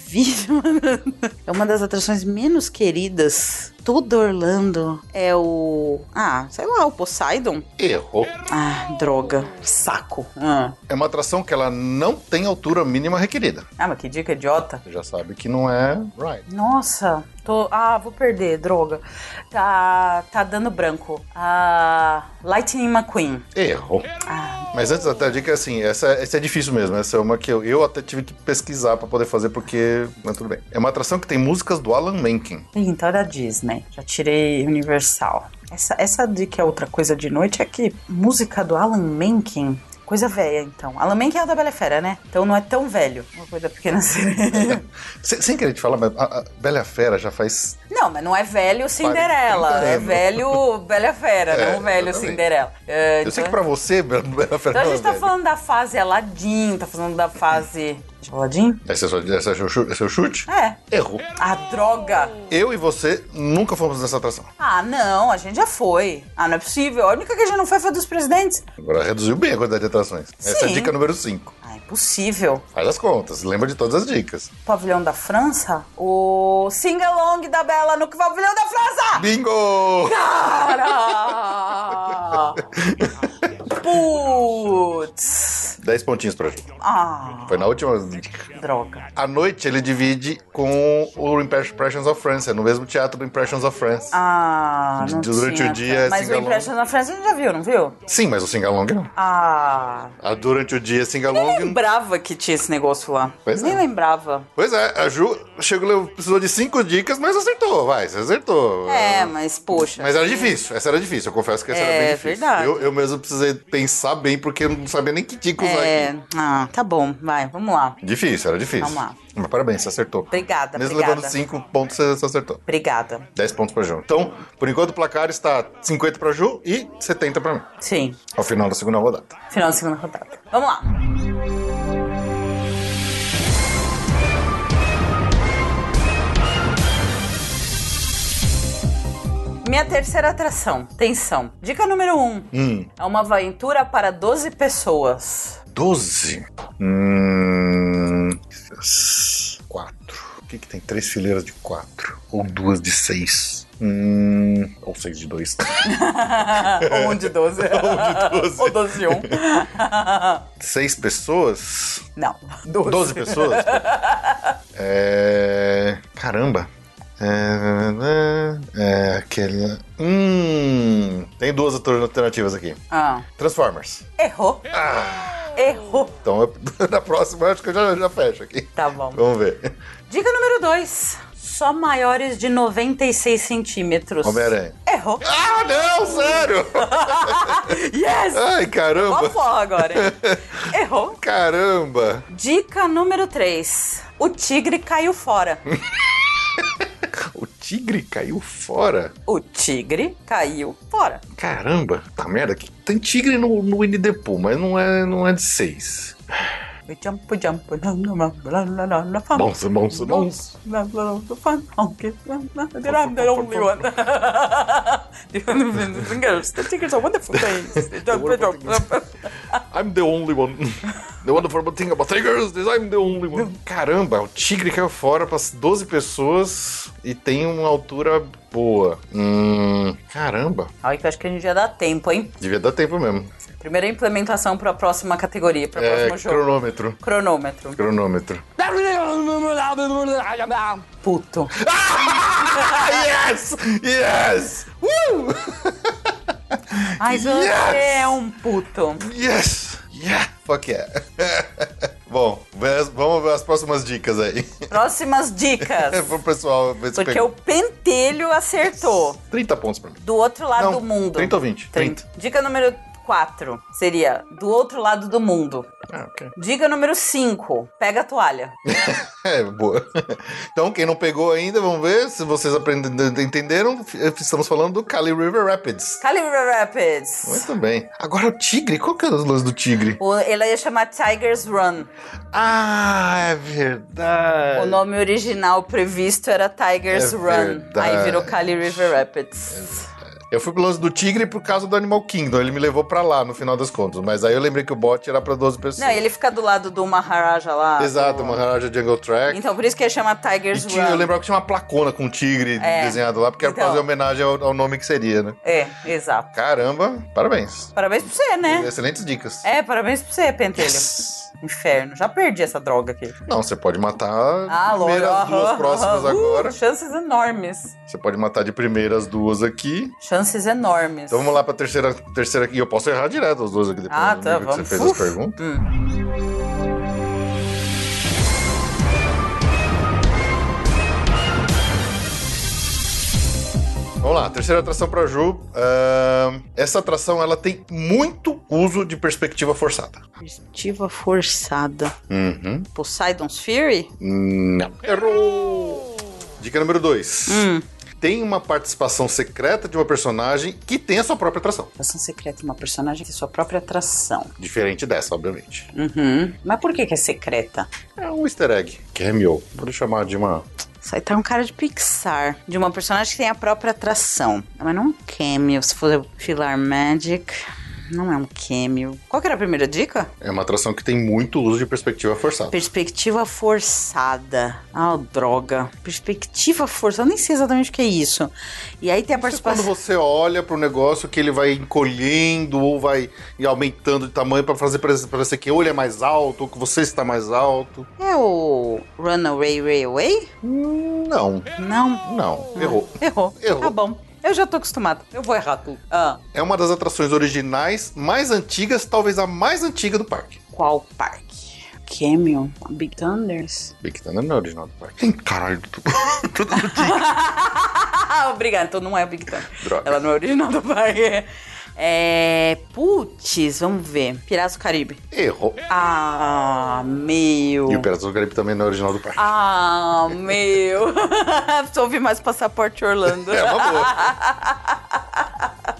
É uma das atrações menos queridas. Todo Orlando é o. Ah, sei lá, o Poseidon.
Errou.
Ah, droga. Saco. Ah,
É uma atração que ela não tem altura mínima requerida.
ah mas que dica idiota.
Você já sabe que não é right.
Nossa, tô. Ah, vou perder, droga. Tá. Tá dando branco. Ah. Lightning McQueen.
Errou.
Ah,
Mas antes até a dica é assim, essa, essa é difícil mesmo. Essa é uma que eu, eu até tive que pesquisar pra poder fazer, porque. Mas tudo bem. É uma atração que tem músicas do Alan Menken.
então era Disney. Já tirei Universal. Essa, essa de que é outra coisa de noite é que música do Alan Menken. Coisa velha, então. Alan Menken é o da Bela Fera, né? Então não é tão velho. Uma coisa pequena assim.
É. Sem, sem querer te falar, mas a, a Bela Fera já faz.
Não, mas não é velho Cinderela.
Quarenta
É
anos.
velho Bela Fera,
É,
não velho
exatamente.
Cinderela. É,
Eu sei que
então-
pra você, Bela Bela Fera
Então a
não é
gente tá
velha.
falando da fase Aladdin, tá falando da fase. Aladdin?
Esse é, só, esse é seu chu- esse é o chute?
É.
Errou.
A droga!
Eu e você nunca fomos nessa atração.
Ah, não, a gente já foi. Ah, não é possível. A única que a gente não foi foi a dos presidentes.
Agora reduziu bem a quantidade de atrações. Essa é a
Sim.
dica número 5.
Ah, impossível.
Faz as contas, lembra de todas as dicas.
Pavilhão da França? O sing-along da Bela no Pavilhão da França!
Bingo!
Cara! Putz!
10 pontinhos pra gente.
Ah,
Foi na última dica.
droga.
À noite ele divide com o Impressions of France, é no mesmo teatro do Impressions of France.
Ah, não
Durante
tinha
o dia, assim,
Mas o
sing-along.
Impression da França a gente já viu, não viu?
Sim, mas o Singalong não.
Ah,
Ah, Durante o dia,
nem
Singalong.
lembrava que tinha esse negócio lá.
Pois
nem
é.
lembrava.
Pois é, a Ju chegou, precisou de 5 dicas, mas acertou, vai, você acertou.
É, mas poxa.
Mas era difícil, essa era difícil, eu confesso que essa
É,
era bem difícil.
verdade.
Eu, eu mesmo precisei pensar bem, porque eu não sabia nem que dica usar
É,
aqui.
ah, tá bom, vai, vamos lá.
Difícil, era difícil.
Vamos lá.
Mas parabéns, você acertou.
Obrigada,
Mesmo
obrigada.
levando 5 pontos, você você acertou.
Obrigada.
10 pontos pra Ju. Então, por enquanto o placar está 50 pra Ju e 70 pra mim.
Sim,
Ao final da segunda rodada.
final da segunda rodada. Vamos lá. Minha terceira atração, tensão. Dica número 1. Um,
Hum.
É uma aventura para 12 pessoas.
12. Hum. 4. O que, que tem? Três fileiras de 4. Ou duas de 6. Hum. Ou 6 de 2.
Ou um de 12.
Ou de 12.
Ou 12 de 1.
6 pessoas?
Não, 12.
12 pessoas? é. Caramba. É, é aquela. Hum. Tem duas alternativas aqui.
Ah,
Transformers.
errou. Errou.
Então, eu- na próxima, eu acho que eu já, já fecho aqui.
Tá bom.
Vamos ver.
Dica número 2. Só maiores de 96 centímetros.
Homem-Aranha.
Errou.
Ah, não, sério!
Yes!
Ai,
Ó
caramba!
forra agora. hein? Errou.
Caramba!
Dica número 3. O tigre caiu fora.
O tigre caiu fora?
O tigre caiu fora.
Caramba! Tá merda, que tem tigre no, no Winnie the Pooh, mas não é, não é de seis.
Jump, jump, blá, blá, blá, blá, blá, blá, blá.
Monstro, monstro, monstro. I'm the only one. The wonderful thing about tigers is I'm the only one. Caramba, o tigre caiu fora para 12 pessoas e tem uma altura boa. Hum, caramba.
Ai, que eu acho que a gente ia dar tempo, hein?
Devia dar tempo mesmo.
Primeira implementação para a próxima categoria, para o
É,
próximo jogo.
cronômetro.
Cronômetro.
Cronômetro.
Puto.
Ah, yes! Yes!
Uh!
Woo!
Ai, você
Yes!
é um puto.
yes! Yeah! Fuck yeah! Bom, vê- vamos ver as próximas dicas aí.
Próximas dicas.
É pro pessoal ver se
Porque é
pegou.
o pentelho acertou.
30 pontos pra mim.
Do outro lado
Não,
do mundo.
30 ou 20?
30. Dica número 4 seria do outro lado do mundo.
Ah, ok.
Dica número 5, pega a toalha.
É, boa. Então, quem não pegou ainda, vamos ver se vocês aprenderam, entenderam. F- Estamos falando do Cali River Rapids.
Calibre Rapids.
Muito bem. Agora o tigre. Qual que é o lance do tigre?
O, ela ia chamar Tiger's Run.
Ah, é verdade.
O nome original previsto era Tiger's
É
Run. Aí
verdade.
virou Cali River Rapids.
Eu fui pro lance do tigre por causa do Animal Kingdom. Ele me levou pra lá, no final das contas. Mas aí eu lembrei que o bot era pra 12 pessoas.
Não, ele fica do lado do Maharaja lá.
Exato,
do...
uma Maharaja Jungle Track.
Então por isso que ia chamar
E
Tiger's
tinha,
Run.
eu lembrava que tinha uma placona com um tigre
É.
desenhado lá, porque
Então.
era pra fazer homenagem ao, ao nome que seria, né?
É, exato.
Caramba, parabéns.
Parabéns pra você, né?
Excelentes dicas.
É, parabéns pra você, Pentelho. Inferno. Já perdi essa droga aqui.
Não, você pode matar
Ah,
de primeiro
logo.
as duas
Aham,
próximas
aham. Uh,
agora.
chances enormes.
Você pode matar de primeira as duas aqui.
Chances enormes.
Então vamos lá pra terceira. terceira e eu posso errar direto as duas aqui depois.
Ah,
do
tá,
nível que
vamos.
Você fez
Uf. Hum.
as perguntas. Vamos lá, terceira atração pra Ju. Ahn, essa atração ela tem muito uso de perspectiva forçada.
Perspectiva forçada.
Uhum.
Poseidon's Fury?
Não. Errou! Dica número 2. Tem uma participação secreta de uma personagem que tem a sua própria atração.
Atração secreta, é uma personagem que tem sua própria atração.
Diferente dessa, obviamente.
Uhum. Mas por que que é secreta?
É um easter egg. Cameo. Vou chamar de uma.
Isso aí tá um cara de Pixar. De uma personagem que tem a própria atração. Mas não é um cameo. Se for Filar Magic, não é um cameo. Qual que era a primeira dica?
É uma atração que tem muito uso de perspectiva forçada.
Perspectiva forçada. Ah, droga. Perspectiva forçada. Eu nem sei exatamente o que é isso. E aí tem a
Isso é Quando
participação.
você olha pro negócio que ele vai encolhendo ou vai aumentando de tamanho pra fazer pare- parecer que ou ele é mais alto ou que você está mais alto.
É o Runaway Railway?
Hum, Não,
Não.
não, errou.
Errou.
Errou.
Tá bom. Eu já tô acostumada. Eu vou errar tudo. Ah,
É uma das atrações originais mais antigas, talvez a mais antiga do parque.
qual parque? Cameo? Big Thunders?
Big Thunder não é original do parque. Tem caralho do tudo
Obrigada, então não é o Big Thunder.
Droga.
Ela não é original do parque. É. Putz, vamos ver. Piratas do Caribe.
Errou.
Ah, meu.
E o Piratas do Caribe também não é original do parque.
Ah, meu. Preciso ouvir mais Passaporte Orlando.
É uma boa.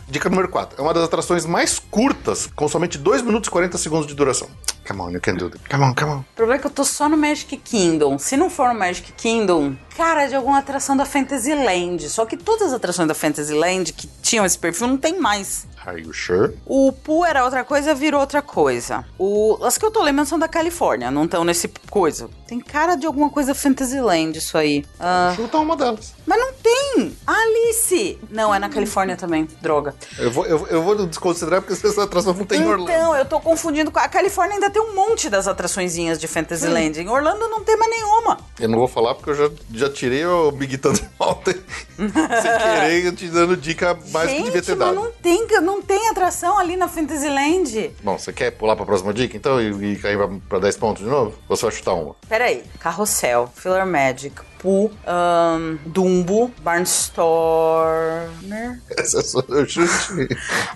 Dica número 4. É uma das atrações mais curtas, com somente 2 minutos e 40 segundos de duração. Come on, you can do that. Come on, come on.
O problema é que eu tô só no Magic Kingdom. Se não for no Magic Kingdom, cara, é de alguma atração da Fantasyland. Só que todas as atrações da Fantasyland que tinham esse perfil não tem mais.
Are you sure?
O Pooh era outra coisa, virou outra coisa. O, as que eu tô lembrando são da Califórnia, não estão nesse coisa. Tem cara de alguma coisa Fantasyland isso aí. Ah,
Chuta uma delas.
mas não tem! Alice! Não, é na Califórnia também. Droga.
Eu vou, eu, eu vou desconsiderar porque essa atração não tem em Orlando.
Então, eu tô confundindo com. A Califórnia ainda tem um monte das atraçõezinhas de Fantasyland. Em Orlando não tem mais nenhuma.
Eu não vou falar porque eu já, já tirei o Big Thunder ontem. sem querer, eu te dando dica mais que
Gente,
devia ter
mas
dado.
não tem, não tem atração ali na Fantasyland.
Bom, você quer pular pra próxima dica então e, e cair pra, pra 10 pontos de novo? Ou você vai chutar uma?
Peraí. Carrossel, Filler Magic, Pooh, ahn, Dumbo, Barnstormer,
Essa é só eu chute.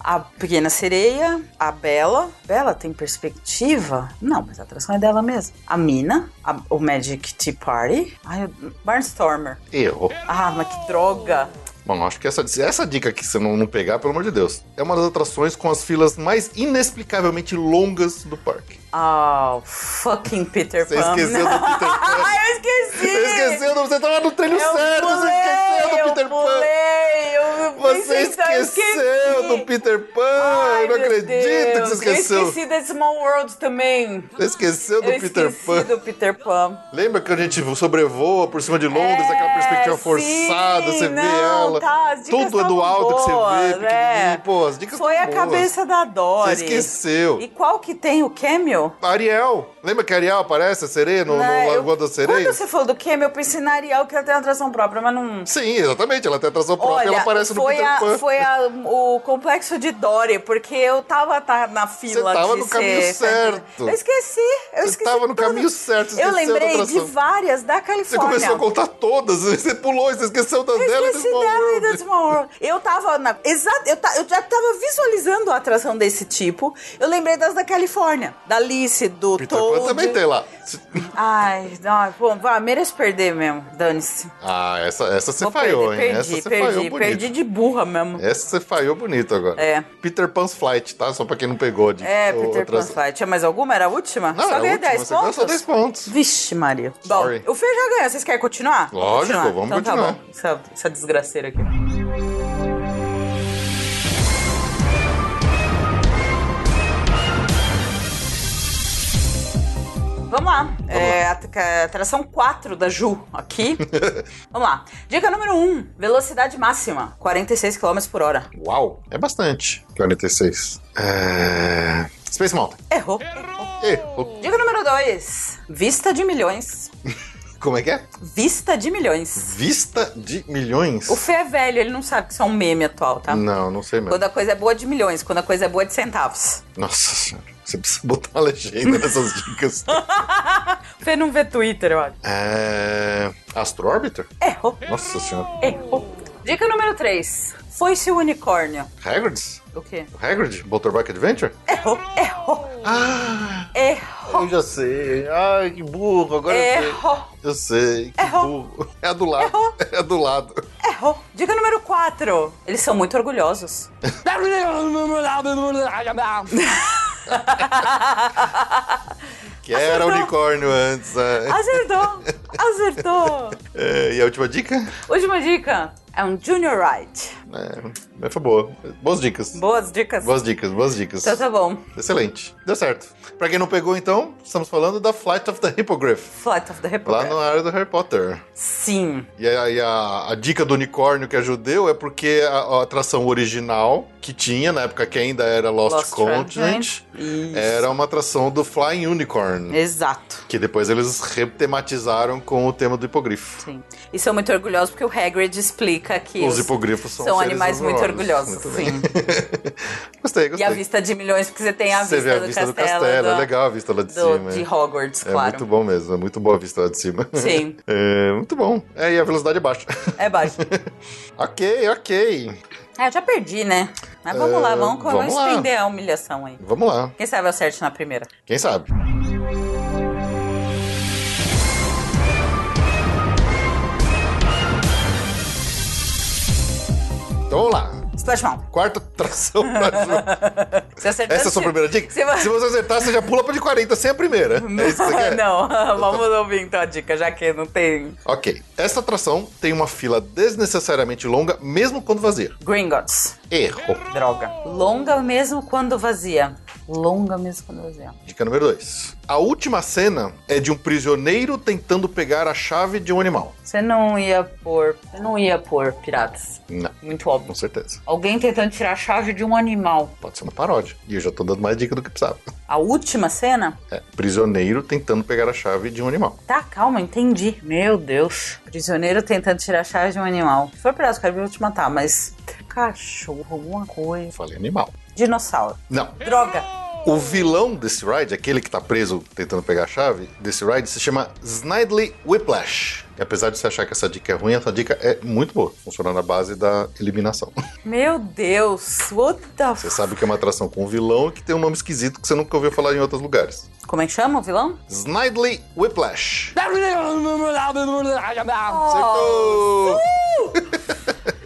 a Pequena Sereia, a Bela. Bela tem perspectiva? Não, mas a atração é dela mesmo. A Mina, a- o Magic Tea Party, ai, o Barnstormer.
Errou.
Ah, mas que droga.
Bom, acho que essa, essa dica aqui, se você não, não pegar, pelo amor de Deus, é uma das atrações com as filas mais inexplicavelmente longas do parque.
Ah, o fucking Peter
Você
Pan.
esqueceu do Peter Pan.
Ah, eu esqueci!
Você esqueceu, do- você tava no trilho
Eu
certo, você esqueceu
pulei,
do Peter
eu
Pan.
pulei, eu
Você
pensei, tá, eu
esqueceu
esqueci.
do Peter Pan!
Ai,
eu não
meu
acredito que
Deus,
você esqueceu!
Eu esqueci da Small World também.
Você esqueceu do
eu
Peter
esqueci
Pan!
do Peter Pan.
Lembra que a gente sobrevoa por cima de Londres, aquela
É,
perspectiva
sim,
forçada, você vê
não,
ela.
tá, as dicas
tudo é do
estavam
alto que você vê,
boas, é.
pequenininho, pô, as dicas
Foi a
estavam boas.
cabeça da Dory.
Você esqueceu.
E qual que tem o cameo?
Ariel. Lembra que Ariel aparece, a sereia, no,
Né,
no
eu-
Lagoa das Sereias?
Quando você falou do cameo, eu pensei na Ariel, que ela tem atração própria, mas não...
Sim, exatamente. Ela tem atração própria, ela
Olha,
aparece no
foi,
Peter
a-
Pan.
foi a- o complexo de Dory, porque eu tava tá, na fila
tava
de
no caminho
ser-
certo.
Eu esqueci, eu
Você
esqueci
tava no
tudo.
caminho certo, esqueceu
Eu
da
lembrei de
atração.
várias da
Você
Califórnia.
começou a contar todas, você pulou, você esqueceu da
Eu
dela e do
esqueci
Small
dela e
World.
do Small World. Eu tava na. Exato, eu, ta- eu já tava visualizando a atração desse tipo. Eu lembrei das da Califórnia. Da Alice, do
Peter
Toad.
Pan também tem lá.
Ai, não, bom, vai, mereço perder mesmo. Dane-se.
Ah, essa, essa você
Vou
falhou,
perder,
hein?
Perdi,
essa você
perdi,
falhou bonito.
perdi de burra mesmo.
Essa você falhou bonito agora.
É.
Peter Pan's Flight, tá? Só pra quem não pegou. De
É, Peter
outra-
Pan Flight. Tinha mais alguma? Era a última?
Não,
só
é
ganhei
a última,
10
você ganhou
pontos?
só 10 pontos.
Vixe, Maria.
Sorry.
Bom, o Fer já ganhou. Vocês querem continuar? Vamos
Lógico,
continuar.
vamos
então,
continuar.
Tá bom. Essa, essa desgraceira aqui. Vamos lá. É, a tra- a atração 4 da Ju aqui. vamos lá. Dica número 1. Velocidade máxima, 46 km por hora.
Uau, é bastante. 46. É... Space Mountain.
Errou.
Errou.
Dica número 2. Vista de milhões,
Como é que é?
Vista de milhões.
Vista de milhões?
O Fê é velho, ele não sabe que isso é um meme atual, tá?
Não, não sei mesmo.
Quando a coisa é boa de milhões, quando a coisa é boa de centavos.
Nossa senhora, você precisa botar uma legenda nessas dicas.
O Fê não vê Twitter, eu acho.
é... Astro Orbiter?
Errou,
Nossa senhora.
errou.
Dica número 3.
Foi-se o unicórnio.
Hagrid's?
O quê?
O Hagrid? Motorbike Adventure?
Errou, errou,
Ah,
errou,
eu já sei. Ai, que burro, agora
É
eu sei.
errou,
Eu sei, que
Errou.
burro. É a do lado,
Errou.
é a do lado.
errou. Dica número 4. Eles são muito orgulhosos.
Que era
Acertou.
unicórnio antes. é.
Acertou, acertou.
É, e a última dica?
Última dica. É um Junior Ride.
É, foi boa. Boas dicas.
Boas dicas.
Boas dicas, boas dicas.
Então tá bom.
Excelente. Deu certo. Pra quem não pegou, então, estamos falando da Flight of the Hippogriff.
Flight of the
Lá
Republic.
na área do Harry Potter.
Sim.
E a, e a- a dica do unicórnio que é judeu é porque a, a atração original que tinha, na época que ainda era Lost,
Lost
Continent,
Isso. É.
era uma atração do Flying Unicorn.
Exato.
Que depois eles retematizaram com o tema do hipogrifo.
Sim. E são muito orgulhosos porque o Hagrid explica que
Os hipogrifos são
são
seres
animais muito orgulhosos.
Muito
Sim.
bem. gostei,
E
gostei.
a vista de milhões, porque você tem a
Você
vista,
vê a
do,
vista do
castelo,
castelo, é
do-
legal a vista lá de
do-
cima.
de Hogwarts,
É
claro.
muito bom mesmo, é muito boa a vista lá de cima.
Sim.
É, muito bom. É, e a velocidade é baixa.
É baixo.
ok, ok.
Ah, eu já perdi, né? Mas vamos
É,
lá, vamos, vamos,
vamos lá.
estender a humilhação aí.
Vamos lá,
Quem sabe eu acerte na primeira.
quem sabe? Então vamos lá.
Splash Mountain.
Quarta atração pra Ju.
Se acertar,
Essa é a sua
você-
primeira dica?
você vai-
Se você acertar, você já pula pra de 40 sem a primeira. É isso que você quer? tá.
Não, vamos ouvir então a dica, já que não tem
Ok. Essa atração tem uma fila desnecessariamente longa, mesmo quando vazia.
Gringotts.
Erro.
Droga. Longa mesmo quando vazia. Longa mesmo quando vazia.
Dica número 2. A última cena é de um prisioneiro tentando pegar a chave de um animal.
Você não ia pôr. Você não ia pôr piratas.
Não,
Muito óbvio.
com certeza.
Alguém tentando tirar a chave de um animal.
Pode ser uma paródia. E eu já tô dando mais dica do que precisava.
A última cena?
É, prisioneiro tentando pegar a chave de um animal.
Tá, calma, entendi. Meu Deus. Prisioneiro tentando tirar a chave de um animal. Se for pirata, eu vou te matar, mas. Cachorro, alguma coisa.
Falei animal.
Dinossauro.
Não.
Droga.
O vilão desse ride, aquele que tá preso tentando pegar a chave desse ride, se chama Snidely Whiplash. E apesar de você achar que essa dica é ruim, essa dica é muito boa. Funciona na base da eliminação.
Meu Deus. What the
Você
f...
sabe que é uma atração com um vilão que tem um nome esquisito que você nunca ouviu falar em outros lugares.
Como é que chama o vilão?
Snidely Whiplash. Acertou!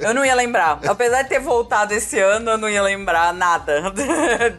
Eu não ia lembrar. Apesar de ter voltado esse ano, eu não ia lembrar nada.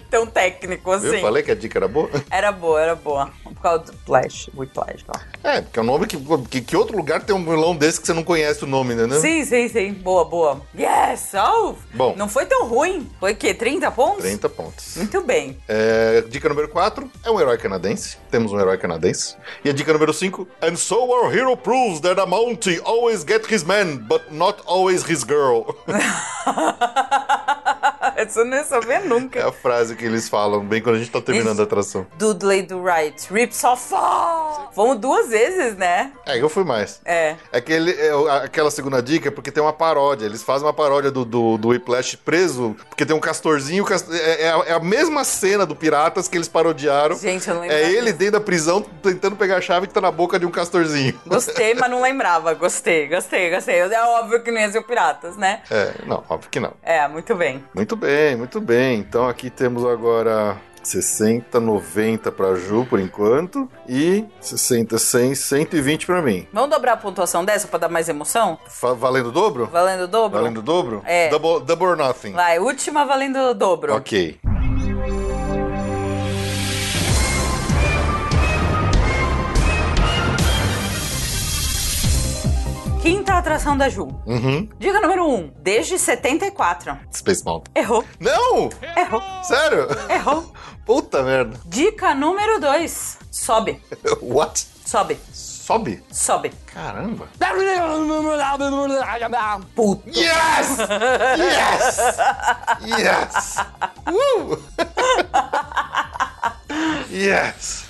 Tão técnico
Eu
assim.
falei que a dica era boa?
Era boa, era boa. Por causa do Flash, Whiplash lá.
É, porque é um nome que, que. que outro lugar tem um vilão desse que você não conhece o nome, né? né?
Sim, sim, sim. Boa, boa. Yes! Oh!
Bom.
Não foi tão ruim. Foi o quê? 30 pontos?
30 pontos.
Muito bem.
É, dica número 4 é um herói canadense. Temos um herói canadense. E a dica número 5: And so our hero proves that a Mountie always get his man, but not always his girl.
Isso eu não ia saber
É
nunca.
a frase que eles falam bem quando a gente tá terminando a atração.
Dudley do Right. Rips off. all. Vamos duas vezes, né?
É, eu fui mais.
É.
Aquele, é, o- a- aquela segunda dica é porque tem uma paródia. Eles fazem uma paródia do, do, do Whiplash preso, porque tem um castorzinho. o cas- é, é a, é a mesma cena do Piratas que eles parodiaram.
Gente, eu não lembro.
é ele dentro da prisão tentando pegar a chave que tá na boca de um castorzinho.
Gostei, mas não lembrava. Gostei, gostei, gostei. É óbvio que não ia ser o Piratas, né?
É, não, óbvio que não.
É, muito bem.
Muito bem, muito bem. Então aqui temos agora 60, 90 pra Ju por enquanto. E 60, 100, 120 pra mim.
Vamos dobrar a pontuação dessa pra dar mais emoção?
Fa- valendo o dobro?
Valendo o dobro?
Valendo o dobro?
É.
Double, double or nothing.
Vai, última valendo o dobro.
Ok.
Quinta atração da Ju.
Uhum.
Dica número 1. Um, desde 74.
Space Mountain.
Errou,
Não!
errou,
Sério?
errou.
Puta merda.
Dica número 2. Sobe,
What?
sobe,
Sobe?
sobe.
Caramba.
Puto.
Yes! Yes! Yes! Uh! yes!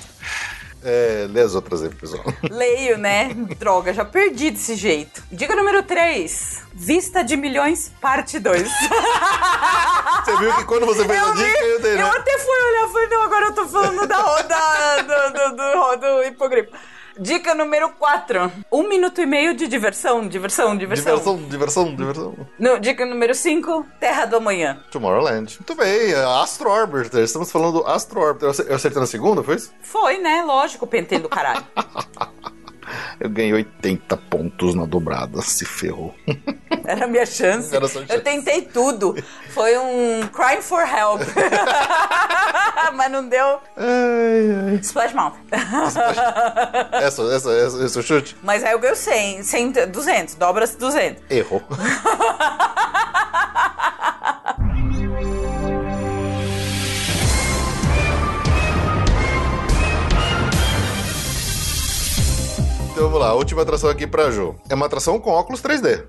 É, lê as outras aí, pessoal.
Leio, né? Droga, já perdi desse jeito. Dica número 3. Vista de Milhões, parte 2.
Você viu que quando você fez a dica, eu dei, né?
Eu até fui olhar e falei, não, agora eu tô falando da roda do, do, do, do hipogrifo. Dica número 4. Um minuto e meio de diversão, diversão, diversão.
Diversão, diversão, diversão.
No- dica número 5. Terra do Amanhã.
Tomorrowland. Muito bem, é Astro Orbiter. Estamos falando do Astro Orbiter. Eu ace- Eu acertei na segunda, foi isso?
Foi, né? Lógico, pentelho do caralho.
Eu ganhei 80 pontos na dobrada, se ferrou.
Era a minha chance.
Era a sua chance.
Eu tentei tudo. Foi um crime for help. Mas não deu.
Ai, ai.
Splash Mouth.
Essa, essa, essa, esse é o chute?
Mas aí eu ganho 100, 100 200, dobra-se 200.
Errou. Então vamos lá, última atração aqui pra Ju. É uma atração com óculos 3D.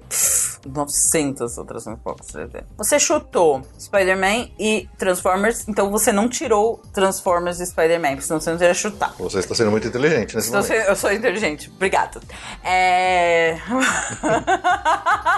900 atrações Fox 3D. Você chutou Spider-Man e Transformers, então você não tirou Transformers e Spider-Man, porque senão você não teria chutado.
Você está sendo muito inteligente nesse
Então,
momento.
você- eu sou inteligente, obrigada. É.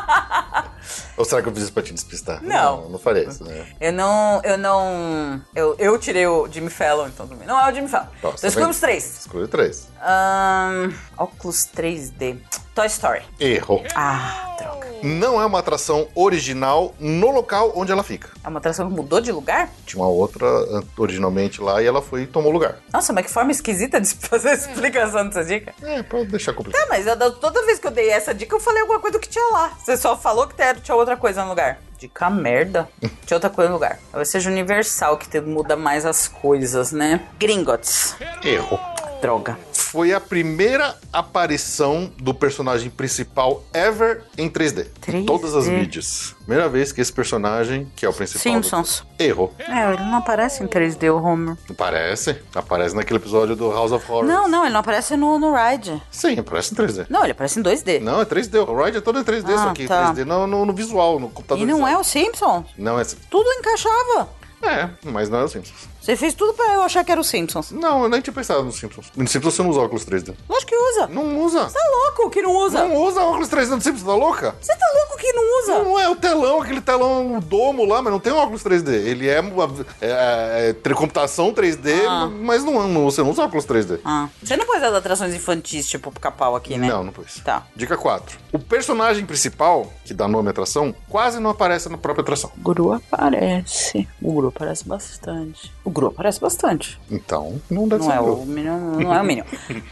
Ou será que eu fiz isso pra te despistar?
Não.
Não, não faria isso, né?
Eu não. Eu não. Eu, eu tirei o Jimmy Fallon, então também. Não é o Jimmy Fallon.
Tá,
então escolhemos
tá bem.
três.
Escolhi três.
Ahn, óculos 3D. Toy Story.
Errou.
Ah, droga.
Não é uma atração original no local onde ela fica.
É uma atração que mudou de lugar?
Tinha uma outra eh, originalmente lá e ela foi e tomou lugar.
Nossa, mas que forma esquisita de fazer a explicação dessa dica.
É, pra deixar complicado.
Tá, mas eu- toda vez que eu dei essa dica, eu falei alguma coisa que tinha lá. Você só falou que te- tinha outra coisa no lugar. Dica merda. Tinha outra coisa no lugar. Talvez seja universal que te- muda mais as coisas, né? Gringotts.
Errou.
Droga.
Foi a primeira aparição do personagem principal ever em 3D.
3D.
Todas as mídias. Primeira vez que esse personagem, que é o principal. do-
Simpsons.
Errou.
É, ele não aparece em 3D, o Homer.
Aparece. Aparece naquele episódio do House of Horror.
Não, não, ele não aparece no, no Ride.
Sim, aparece em 3D.
Não, ele aparece em 2D.
Não, é 3D. O Ride é todo em 3D,
Ah,
só que
tá.
3D no, no, no visual, no computador.
e não é o Simpsons.
Não é.
Tudo encaixava.
É, mas não é o Simpsons.
Você fez tudo pra eu achar que era o Simpsons.
Não, eu nem tinha pensado no Simpsons. No Simpsons você não usa óculos 3D.
Lógico que usa.
Não usa.
Tá louco que não usa.
Não usa óculos 3D no Simpsons, tá louca?
Você tá louco que não usa.
Não é o telão, aquele telão o domo lá, mas não tem óculos 3D. Ele é, uma, é, é, tre- computação 3D, mas não, não- você não usa óculos 3D.
Ah, você não pôs as atrações infantis, tipo pica-pau aqui, né?
Não, não pôs.
Tá.
Dica 4. O personagem principal, que dá nome à atração, quase não aparece na própria atração.
O Guru aparece. O Guru aparece bastante. O Guru aparece bastante.
Então, não deve
Não
ser
é
meu.
o Minion, não é o Minion.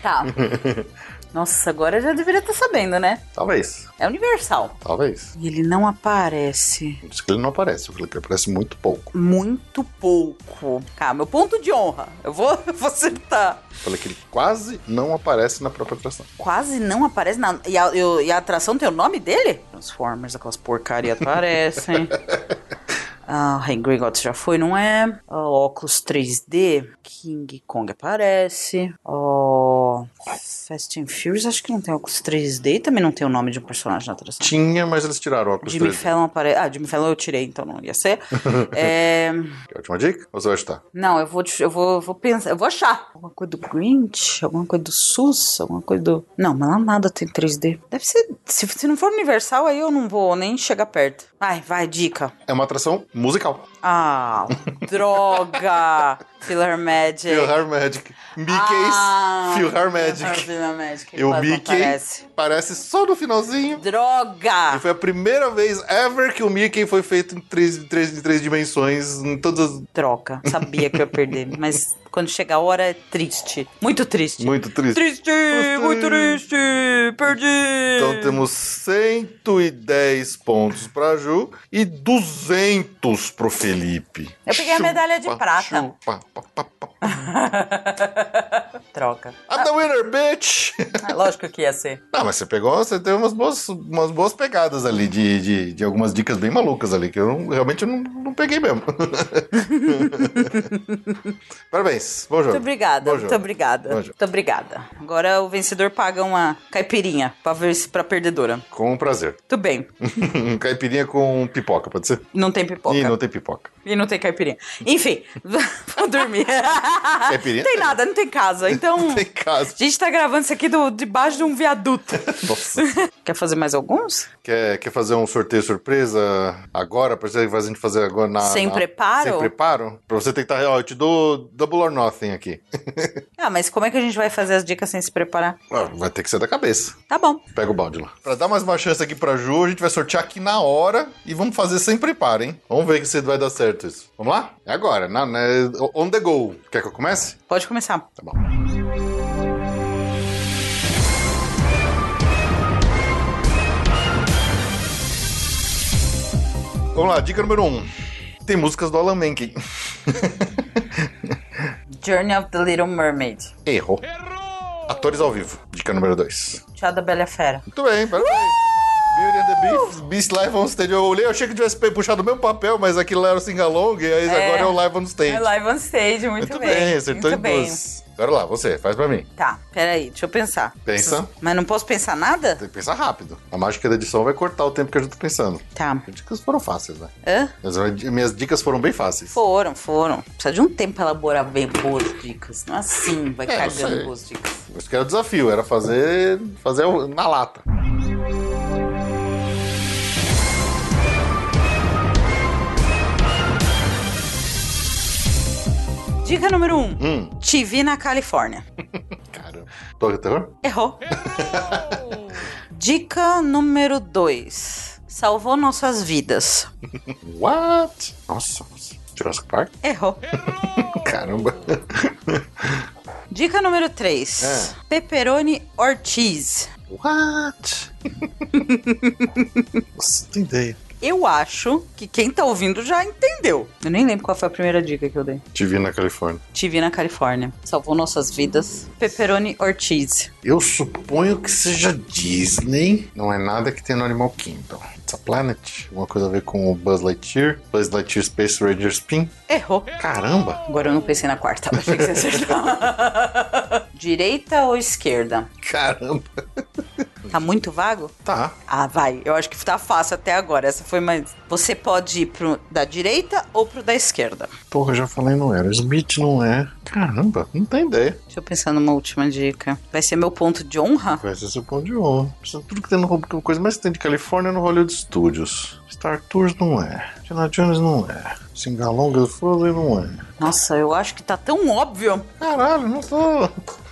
tá. Nossa, agora eu já deveria estar sabendo, né?
Talvez,
É universal.
talvez.
E ele não aparece
Por isso que ele não aparece, porque ele aparece muito pouco.
muito pouco. Tá, meu ponto de honra. Eu vou, eu vou acertar.
Eu Falei que ele quase não aparece na própria atração.
Quase não aparece na. E a, eu- e a atração tem o nome dele? Transformers, aquelas porcarias aparecem. Ah, Rei Gringotts já foi, não é? Ó, óculos 3D. King Kong aparece. Ó. Fast and Furious, acho que não tem óculos 3D e também não tem o nome de um personagem na atração.
Tinha, mas eles tiraram o óculos
Jimmy
3D.
Fallon aparece. Ah, Jimmy Fallon eu tirei, então não ia ser. é.
Quer a última dica? Ou você vai chutar?
Não, eu vou, te- eu vou, eu vou pensar, eu vou achar. Alguma coisa do Grinch, alguma coisa do SUS, alguma coisa do. Não, mas lá nada tem 3D. Deve ser. Se, se não for universal, aí eu não vou nem chegar perto. Vai, vai, dica.
É uma atração musical.
Ah, droga! Filler Magic.
Philhar Magic. Mickey's
Ah,
Philhar Magic.
Filler Magic.
E o
quase não
Mickey
aparece.
aparece. só no finalzinho. E
Droga!
foi a primeira vez ever que o Mickey foi feito em três, três, em três dimensões, em todas. as-
Droga, sabia que eu ia perder. Mas quando chega a hora é triste. Muito triste.
Muito triste.
Triste, muito triste, perdi.
Então temos 110 pontos pra Ju e 200 pro Felipe.
Eu peguei a medalha de prata.
chupa, pa, pa, pa, pa.
Troca.
I'm the winner, bitch!
É lógico que ia ser.
Não, mas você pegou, você teve umas boas, umas boas pegadas ali, de, de, de algumas dicas bem malucas ali, que eu não- realmente eu não, não peguei mesmo. Parabéns, bom jogo.
Muito obrigada,
Bom
muito
jogo.
obrigada.
Bom jogo.
Muito obrigada. Agora o vencedor paga uma caipirinha pra ver se pra perdedora.
Com prazer.
Tudo bem,
Caipirinha com pipoca, pode ser?
não tem pipoca.
Ih, não tem pipoca.
tem caipirinha. Enfim, vou dormir.
Caipirinha?
Não tem nada, não tem casa. Então,
Não tem caso.
a gente tá gravando isso aqui do, debaixo de um viaduto.
Nossa.
Quer fazer mais alguns?
Quer, quer fazer um sorteio surpresa agora? Pra gente fazer agora na, na-
Sem
na-
preparo?
Sem preparo? Pra você tentar, ó, eu te dou double or nothing aqui.
Ah, mas como é que a gente vai fazer as dicas sem se preparar?
Ah, Vai ter que ser da cabeça.
Tá bom.
Pega o balde lá. Pra dar mais uma chance aqui pra Ju, a gente vai sortear aqui na hora e vamos fazer sem preparo, hein? Vamos ver se vai dar certo isso. Vamos lá? É agora, na, na- on the go. Quer que eu comece?
Pode começar.
Tá bom. Vamos lá, dica número 1. Um. Tem músicas do Alan Menken.
Journey of the Little Mermaid.
Errou. Atores ao vivo. Dica número 2.
Tchau da Bela e a Fera.
Muito bem, parabéns. Beauty and the Beast, Beast Live on Stage. Eu olhei, eu achei que tivesse pe- puxado o mesmo papel, mas aquilo lá era o Singalong, e aí agora é o Live on Stage.
É live on stage, muito,
Muito
bem.
bem, acertou
muito
em
bem.
duas. Agora lá, você, faz pra mim.
Tá, peraí, deixa eu pensar.
Pensa.
Mas não posso pensar nada?
Tem que pensar rápido. A mágica da edição vai cortar o tempo que a gente tá pensando.
Tá.
As dicas foram fáceis, né?
Hã?
Mas as minhas dicas foram bem fáceis.
Foram, foram. Precisa de um tempo pra elaborar bem boas dicas. Não é assim, vai
É, eu sei.
cagando boas dicas.
Isso que era o desafio, era fazer, fazer o- na lata.
Dica número um.
Hum,
Te vi na Califórnia.
caramba. Toca terror?
Errou. Dica número dois. Salvou nossas vidas.
What? Nossa, nossa. Jurassic Park?
Errou.
Caramba.
Dica número 3.
É.
Pepperoni or cheese.
What? Nossa, não tem ideia.
Eu acho que quem tá ouvindo já entendeu. Eu nem lembro qual foi a primeira dica que eu dei.
Te vi na Califórnia.
Te vi na Califórnia. Salvou nossas vidas. Pepperoni or cheese.
Eu suponho que seja Disney. Não é nada que tem no Animal Kingdom. It's a Planet. Alguma coisa a ver com o Buzz Lightyear. Buzz Lightyear Space Ranger Spin.
Errou.
Caramba.
Agora eu não pensei na quarta. mas Achei que você acertou. Direita ou esquerda?
Caramba.
Tá muito vago?
Tá.
Ah, vai. Eu acho que tá fácil até agora. Essa foi mais. Você pode ir pro da direita ou pro da esquerda.
Porra, já falei não era. Smith não é. Caramba, não tem ideia.
Deixa eu pensar numa última dica. Vai ser meu ponto de honra?
Vai ser seu ponto de honra. Precisa de tudo que tem no que coisa mais que tem de Califórnia é no Hollywood Studios. Star Tours não é. Indiana Jones não é. Singalonga do Frozen não é.
Nossa, eu acho que tá tão óbvio.
Caralho, não tô.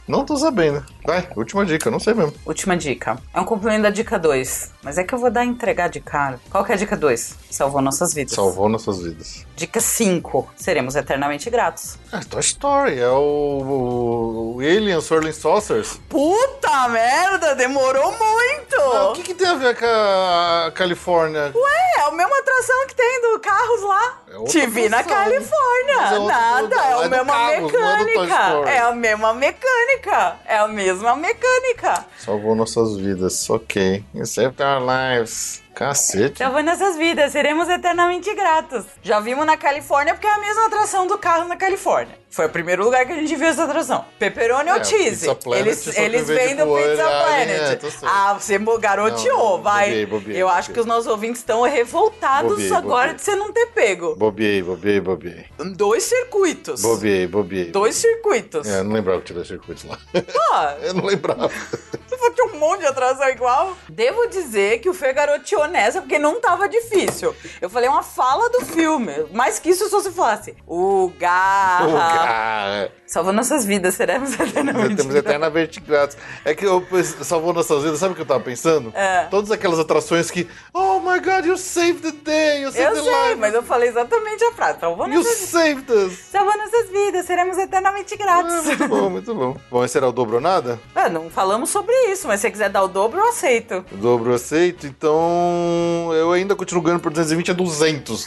Não tô sabendo. Vai, última dica, eu não sei mesmo.
Última dica. É um complemento da dica 2. Mas é que eu vou dar entregar de cara. Qual que é a dica 2? Salvou nossas vidas.
Salvou nossas vidas.
Dica 5. Seremos eternamente gratos.
É Toy Story, é o. o Alien Swirling Saucers.
Puta merda, demorou muito!
Ah, o que, que tem a ver com a Califórnia?
É, é a mesma atração que tem do carros lá.
É outra
Te vi na
atração. Mas é
Califórnia.
outra-
Nada, é
lá é
a
do
mesma
Carros, não é do Toy
mecânica.
Story.
É a mesma mecânica. É a mesma mecânica.
Salvou nossas vidas, ok. Except our lives. Cacete.
Salvou nossas vidas, seremos eternamente gratos. Já vimos na Califórnia porque é a mesma atração do carro na Califórnia. Foi o primeiro lugar que a gente viu essa atração. Pepperoni
É,
ou cheese?
Pizza Planet só
Eles,
que em
eles
vez de
vêm do
voar,
Pizza
ele-
Planet.
é, tô certo.
ah, você mo-
Não,
garoteou,
não,
vai.
bobeei, bobeei,
Eu acho
bobeei.
que os nossos ouvintes estão revoltados
Bobeei,
agora
bobeei.
de você não ter pego.
Bobiei, bobiei, bobiei.
Dois circuitos.
Bobiei, bobiei.
Dois circuitos.
É, eu não lembrava que tivesse circuito lá.
Ah,
eu não lembrava.
se for um monte de atração igual. Devo dizer que o Fê garoteou nessa porque não tava difícil. Eu falei uma fala do filme. Mais que isso, só se falasse. O garra.
O cara.
Salvou nossas vidas, seremos eternamente.
Temos eternamente grátis. É que eu pois, salvou nossas vidas, sabe o que eu tava pensando?
É.
Todas aquelas atrações que, oh my god, you saved the day, you
Eu
saved the
sei,
life.
mas eu falei exatamente a frase. Salvou
You
nossas,
saved us!
salvou nossas vidas, seremos eternamente
Ah,
gratos.
muito bom, muito bom. Bom, esse era o dobro ou nada?
É, não falamos sobre isso, mas se você quiser dar o dobro, eu aceito.
O dobro eu aceito, então eu ainda continuo ganhando por 220 a 200.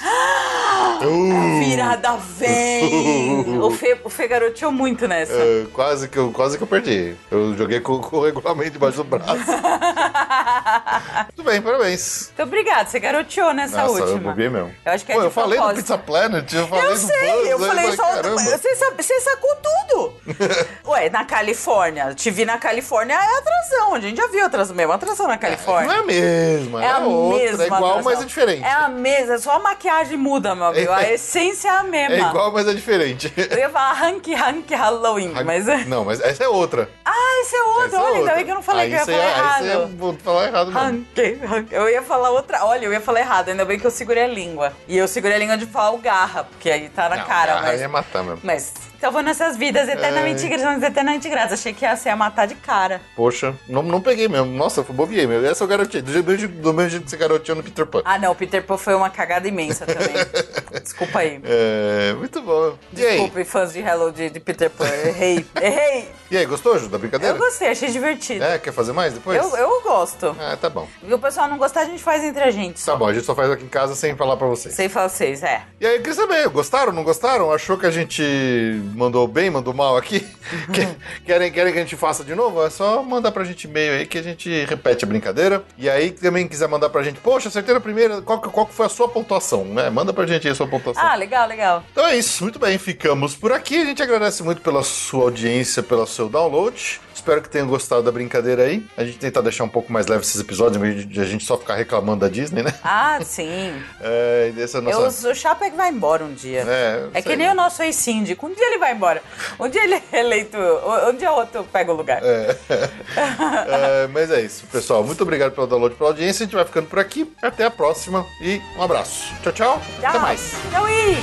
Uh,
Virada vem! o, Fê, o Fê garoteou muito nessa.
é, quase, que eu, quase que eu perdi. Eu joguei com, com o regulamento debaixo do braço. Muito bem, parabéns.
Muito obrigada, Então, você garoteou nessa
Nossa, eu
última.
bobiei mesmo.
Eu acho que é
Pô,
de
eu falei do
propósito.
Pizza Planet, eu falei
Eu
do
sei,
Buzz,
eu
aí
falei só.
caramba.
Você, sabe- você sacou tudo! Ué, na Califórnia. Te vi na Califórnia é atração. A gente já viu outras mesmo. Atração na
Não é
Califórnia.
a mesma, é,
a
outra,
mesma.
é igual,
atração.
mas é diferente.
É
É,
a mesma, só a maquiagem muda, meu amigo. A essência é a mesma.
igual, mas é diferente.
Eu ia falar Hank Hank Halloween, mas. é-
Não, mas essa é outra.
Ah, esse é outro.
Essa é
Olha, ainda
outra.
bem que eu não falei
Aí
que eu ia
você é-
falar errado.
Aí você um ia vou falar errado mesmo.
Ranquei, ranquei. Eu ia falar outra. Olha, eu ia falar errado, ainda bem que eu segurei a língua. E eu segurei a língua de pau garra, porque aí tá na
Não,
cara.
ah,
mas...
ia matar mesmo.
Mas salvando essas vidas eternamente
Ai.
ingratas, eternamente ingratas. Achei que ia ser a matar de cara.
Poxa, não, não peguei mesmo. Nossa, eu bobiei mesmo. Essa eu garoteei. Do mesmo, jeito- do mesmo jeito que você garoteou no Peter Pan.
Ah, não, o Peter Pan foi uma cagada imensa também. Desculpa aí.
É, muito bom. E aí?
Desculpe, fãs de Hello de, de Peter Pan. Errei, errei.
E aí, gostou, Ju, da brincadeira?
Eu gostei, achei divertido.
É, quer fazer mais depois?
Eu, eu gosto.
Ah, tá bom.
E o pessoal não gostar, a gente faz entre a gente.
Tá bom, a gente só faz aqui em casa sem falar pra vocês.
Sei falar vocês, é.
E aí, eu queria saber, gostaram, não gostaram? Achou que a gente mandou bem, mandou mal aqui? Que- querem, querem que a gente faça de novo? É só mandar pra gente e-mail aí que a gente repete a brincadeira. E aí, também quiser mandar pra gente, poxa, acertei na primeira, qual, que- qual que foi a sua pontuação, né? Manda pra gente aí a sua pontuação.
Ah, legal, legal.
Então é isso, muito bem, ficamos por aqui. A gente agradece muito pela sua audiência, pelo seu download. Espero que tenham gostado da brincadeira aí. A gente tenta deixar um pouco mais leve esses episódios, em vez de a gente só ficar reclamando da Disney, né?
Ah, sim.
É, e essa
Eu,
nossa.
o Chapa é que vai embora um dia.
É,
É que nem o nosso ex-síndico. Um dia ele vai embora. Um dia ele é eleito. Um dia outro pega o lugar.
É, mas é isso, pessoal. Muito obrigado pelo download, pela audiência. A gente vai ficando por aqui. Até a próxima e um abraço. Tchau, tchau. Até
Tchau.
mais.
Tchau, Ih.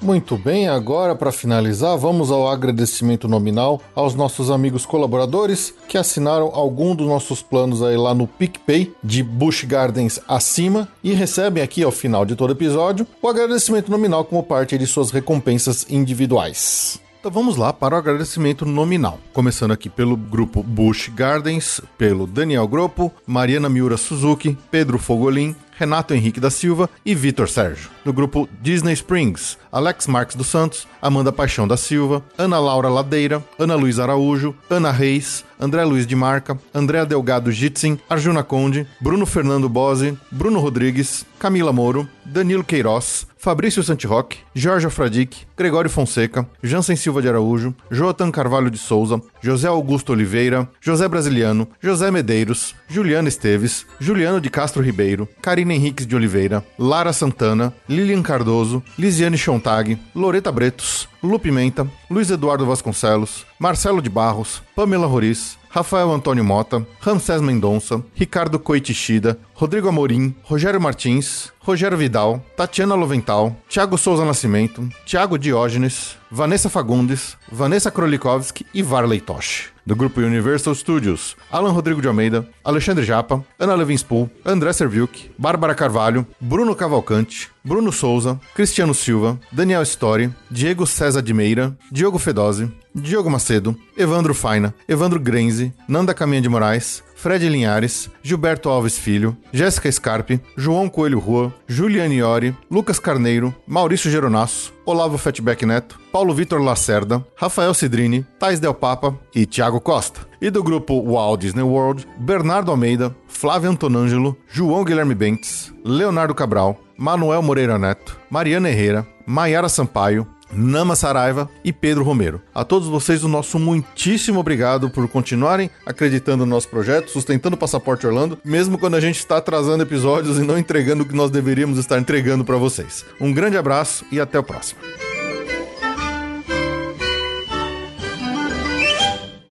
Muito bem, agora para finalizar, vamos ao agradecimento nominal aos nossos amigos colaboradores que assinaram algum dos nossos planos aí lá no PicPay de Bush Gardens acima e recebem aqui ao final de todo episódio o agradecimento nominal como parte de suas recompensas individuais. Então vamos lá para o agradecimento nominal. Começando aqui pelo grupo Bush Gardens, pelo Daniel Gropo, Mariana Miura Suzuki, Pedro Fogolin, Renato Henrique da Silva e Vitor Sérgio. No grupo Disney Springs, Alex Marques dos Santos, Amanda Paixão da Silva, Ana Laura Ladeira, Ana Luiz Araújo, Ana Reis, André Luiz de Marca, André Delgado Jitsin, Arjuna Conde, Bruno Fernando Bose, Bruno Rodrigues, Camila Moro, Danilo Queiroz, Fabrício Santiroque, Jorge Afradic, Gregório Fonseca, Jansen Silva de Araújo, Joatan Carvalho de Souza, José Augusto Oliveira, José Brasiliano, José Medeiros, Juliana Esteves, Juliano de Castro Ribeiro, Karina Henriques de Oliveira, Lara Santana, Lilian Cardoso, Lisiane Chontag, Loreta Bretos, Lu Pimenta, Luiz Eduardo Vasconcelos, Marcelo de Barros, Pamela Roriz, Rafael Antônio Mota, Ramsés Mendonça, Ricardo Coitichida, Rodrigo Amorim, Rogério Martins, Rogério Vidal, Tatiana Lovental, Thiago Souza Nascimento, Thiago Diógenes, Vanessa Fagundes, Vanessa Krolikowski e Varley Tosh. Do grupo Universal Studios, Alan Rodrigo de Almeida, Alexandre Japa, Ana Levinspool, André Serviuk, Bárbara Carvalho, Bruno Cavalcante, Bruno Souza, Cristiano Silva, Daniel Story, Diego César de Meira, Diogo Fedose, Diogo Macedo, Evandro Faina, Evandro Grenze, Nanda Caminha de Moraes, Fred Linhares, Gilberto Alves Filho, Jéssica Scarpe, João Coelho Rua, Juliane Iori, Lucas Carneiro, Maurício Geronasso, Olavo Fatback Neto, Paulo Vitor Lacerda, Rafael Cidrini, Thais Del Papa e Thiago Costa. E do grupo Walt Disney World, Bernardo Almeida, Flávio Antonângelo, João Guilherme Bentes, Leonardo Cabral, Manuel Moreira Neto, Mariana Herrera, Maiara Sampaio, Nama Saraiva e Pedro Romero. A todos vocês, o nosso muitíssimo obrigado por continuarem acreditando no nosso projeto, sustentando o Passaporte Orlando, mesmo quando a gente está atrasando episódios e não entregando o que nós deveríamos estar entregando para vocês. Um grande abraço e até o próximo.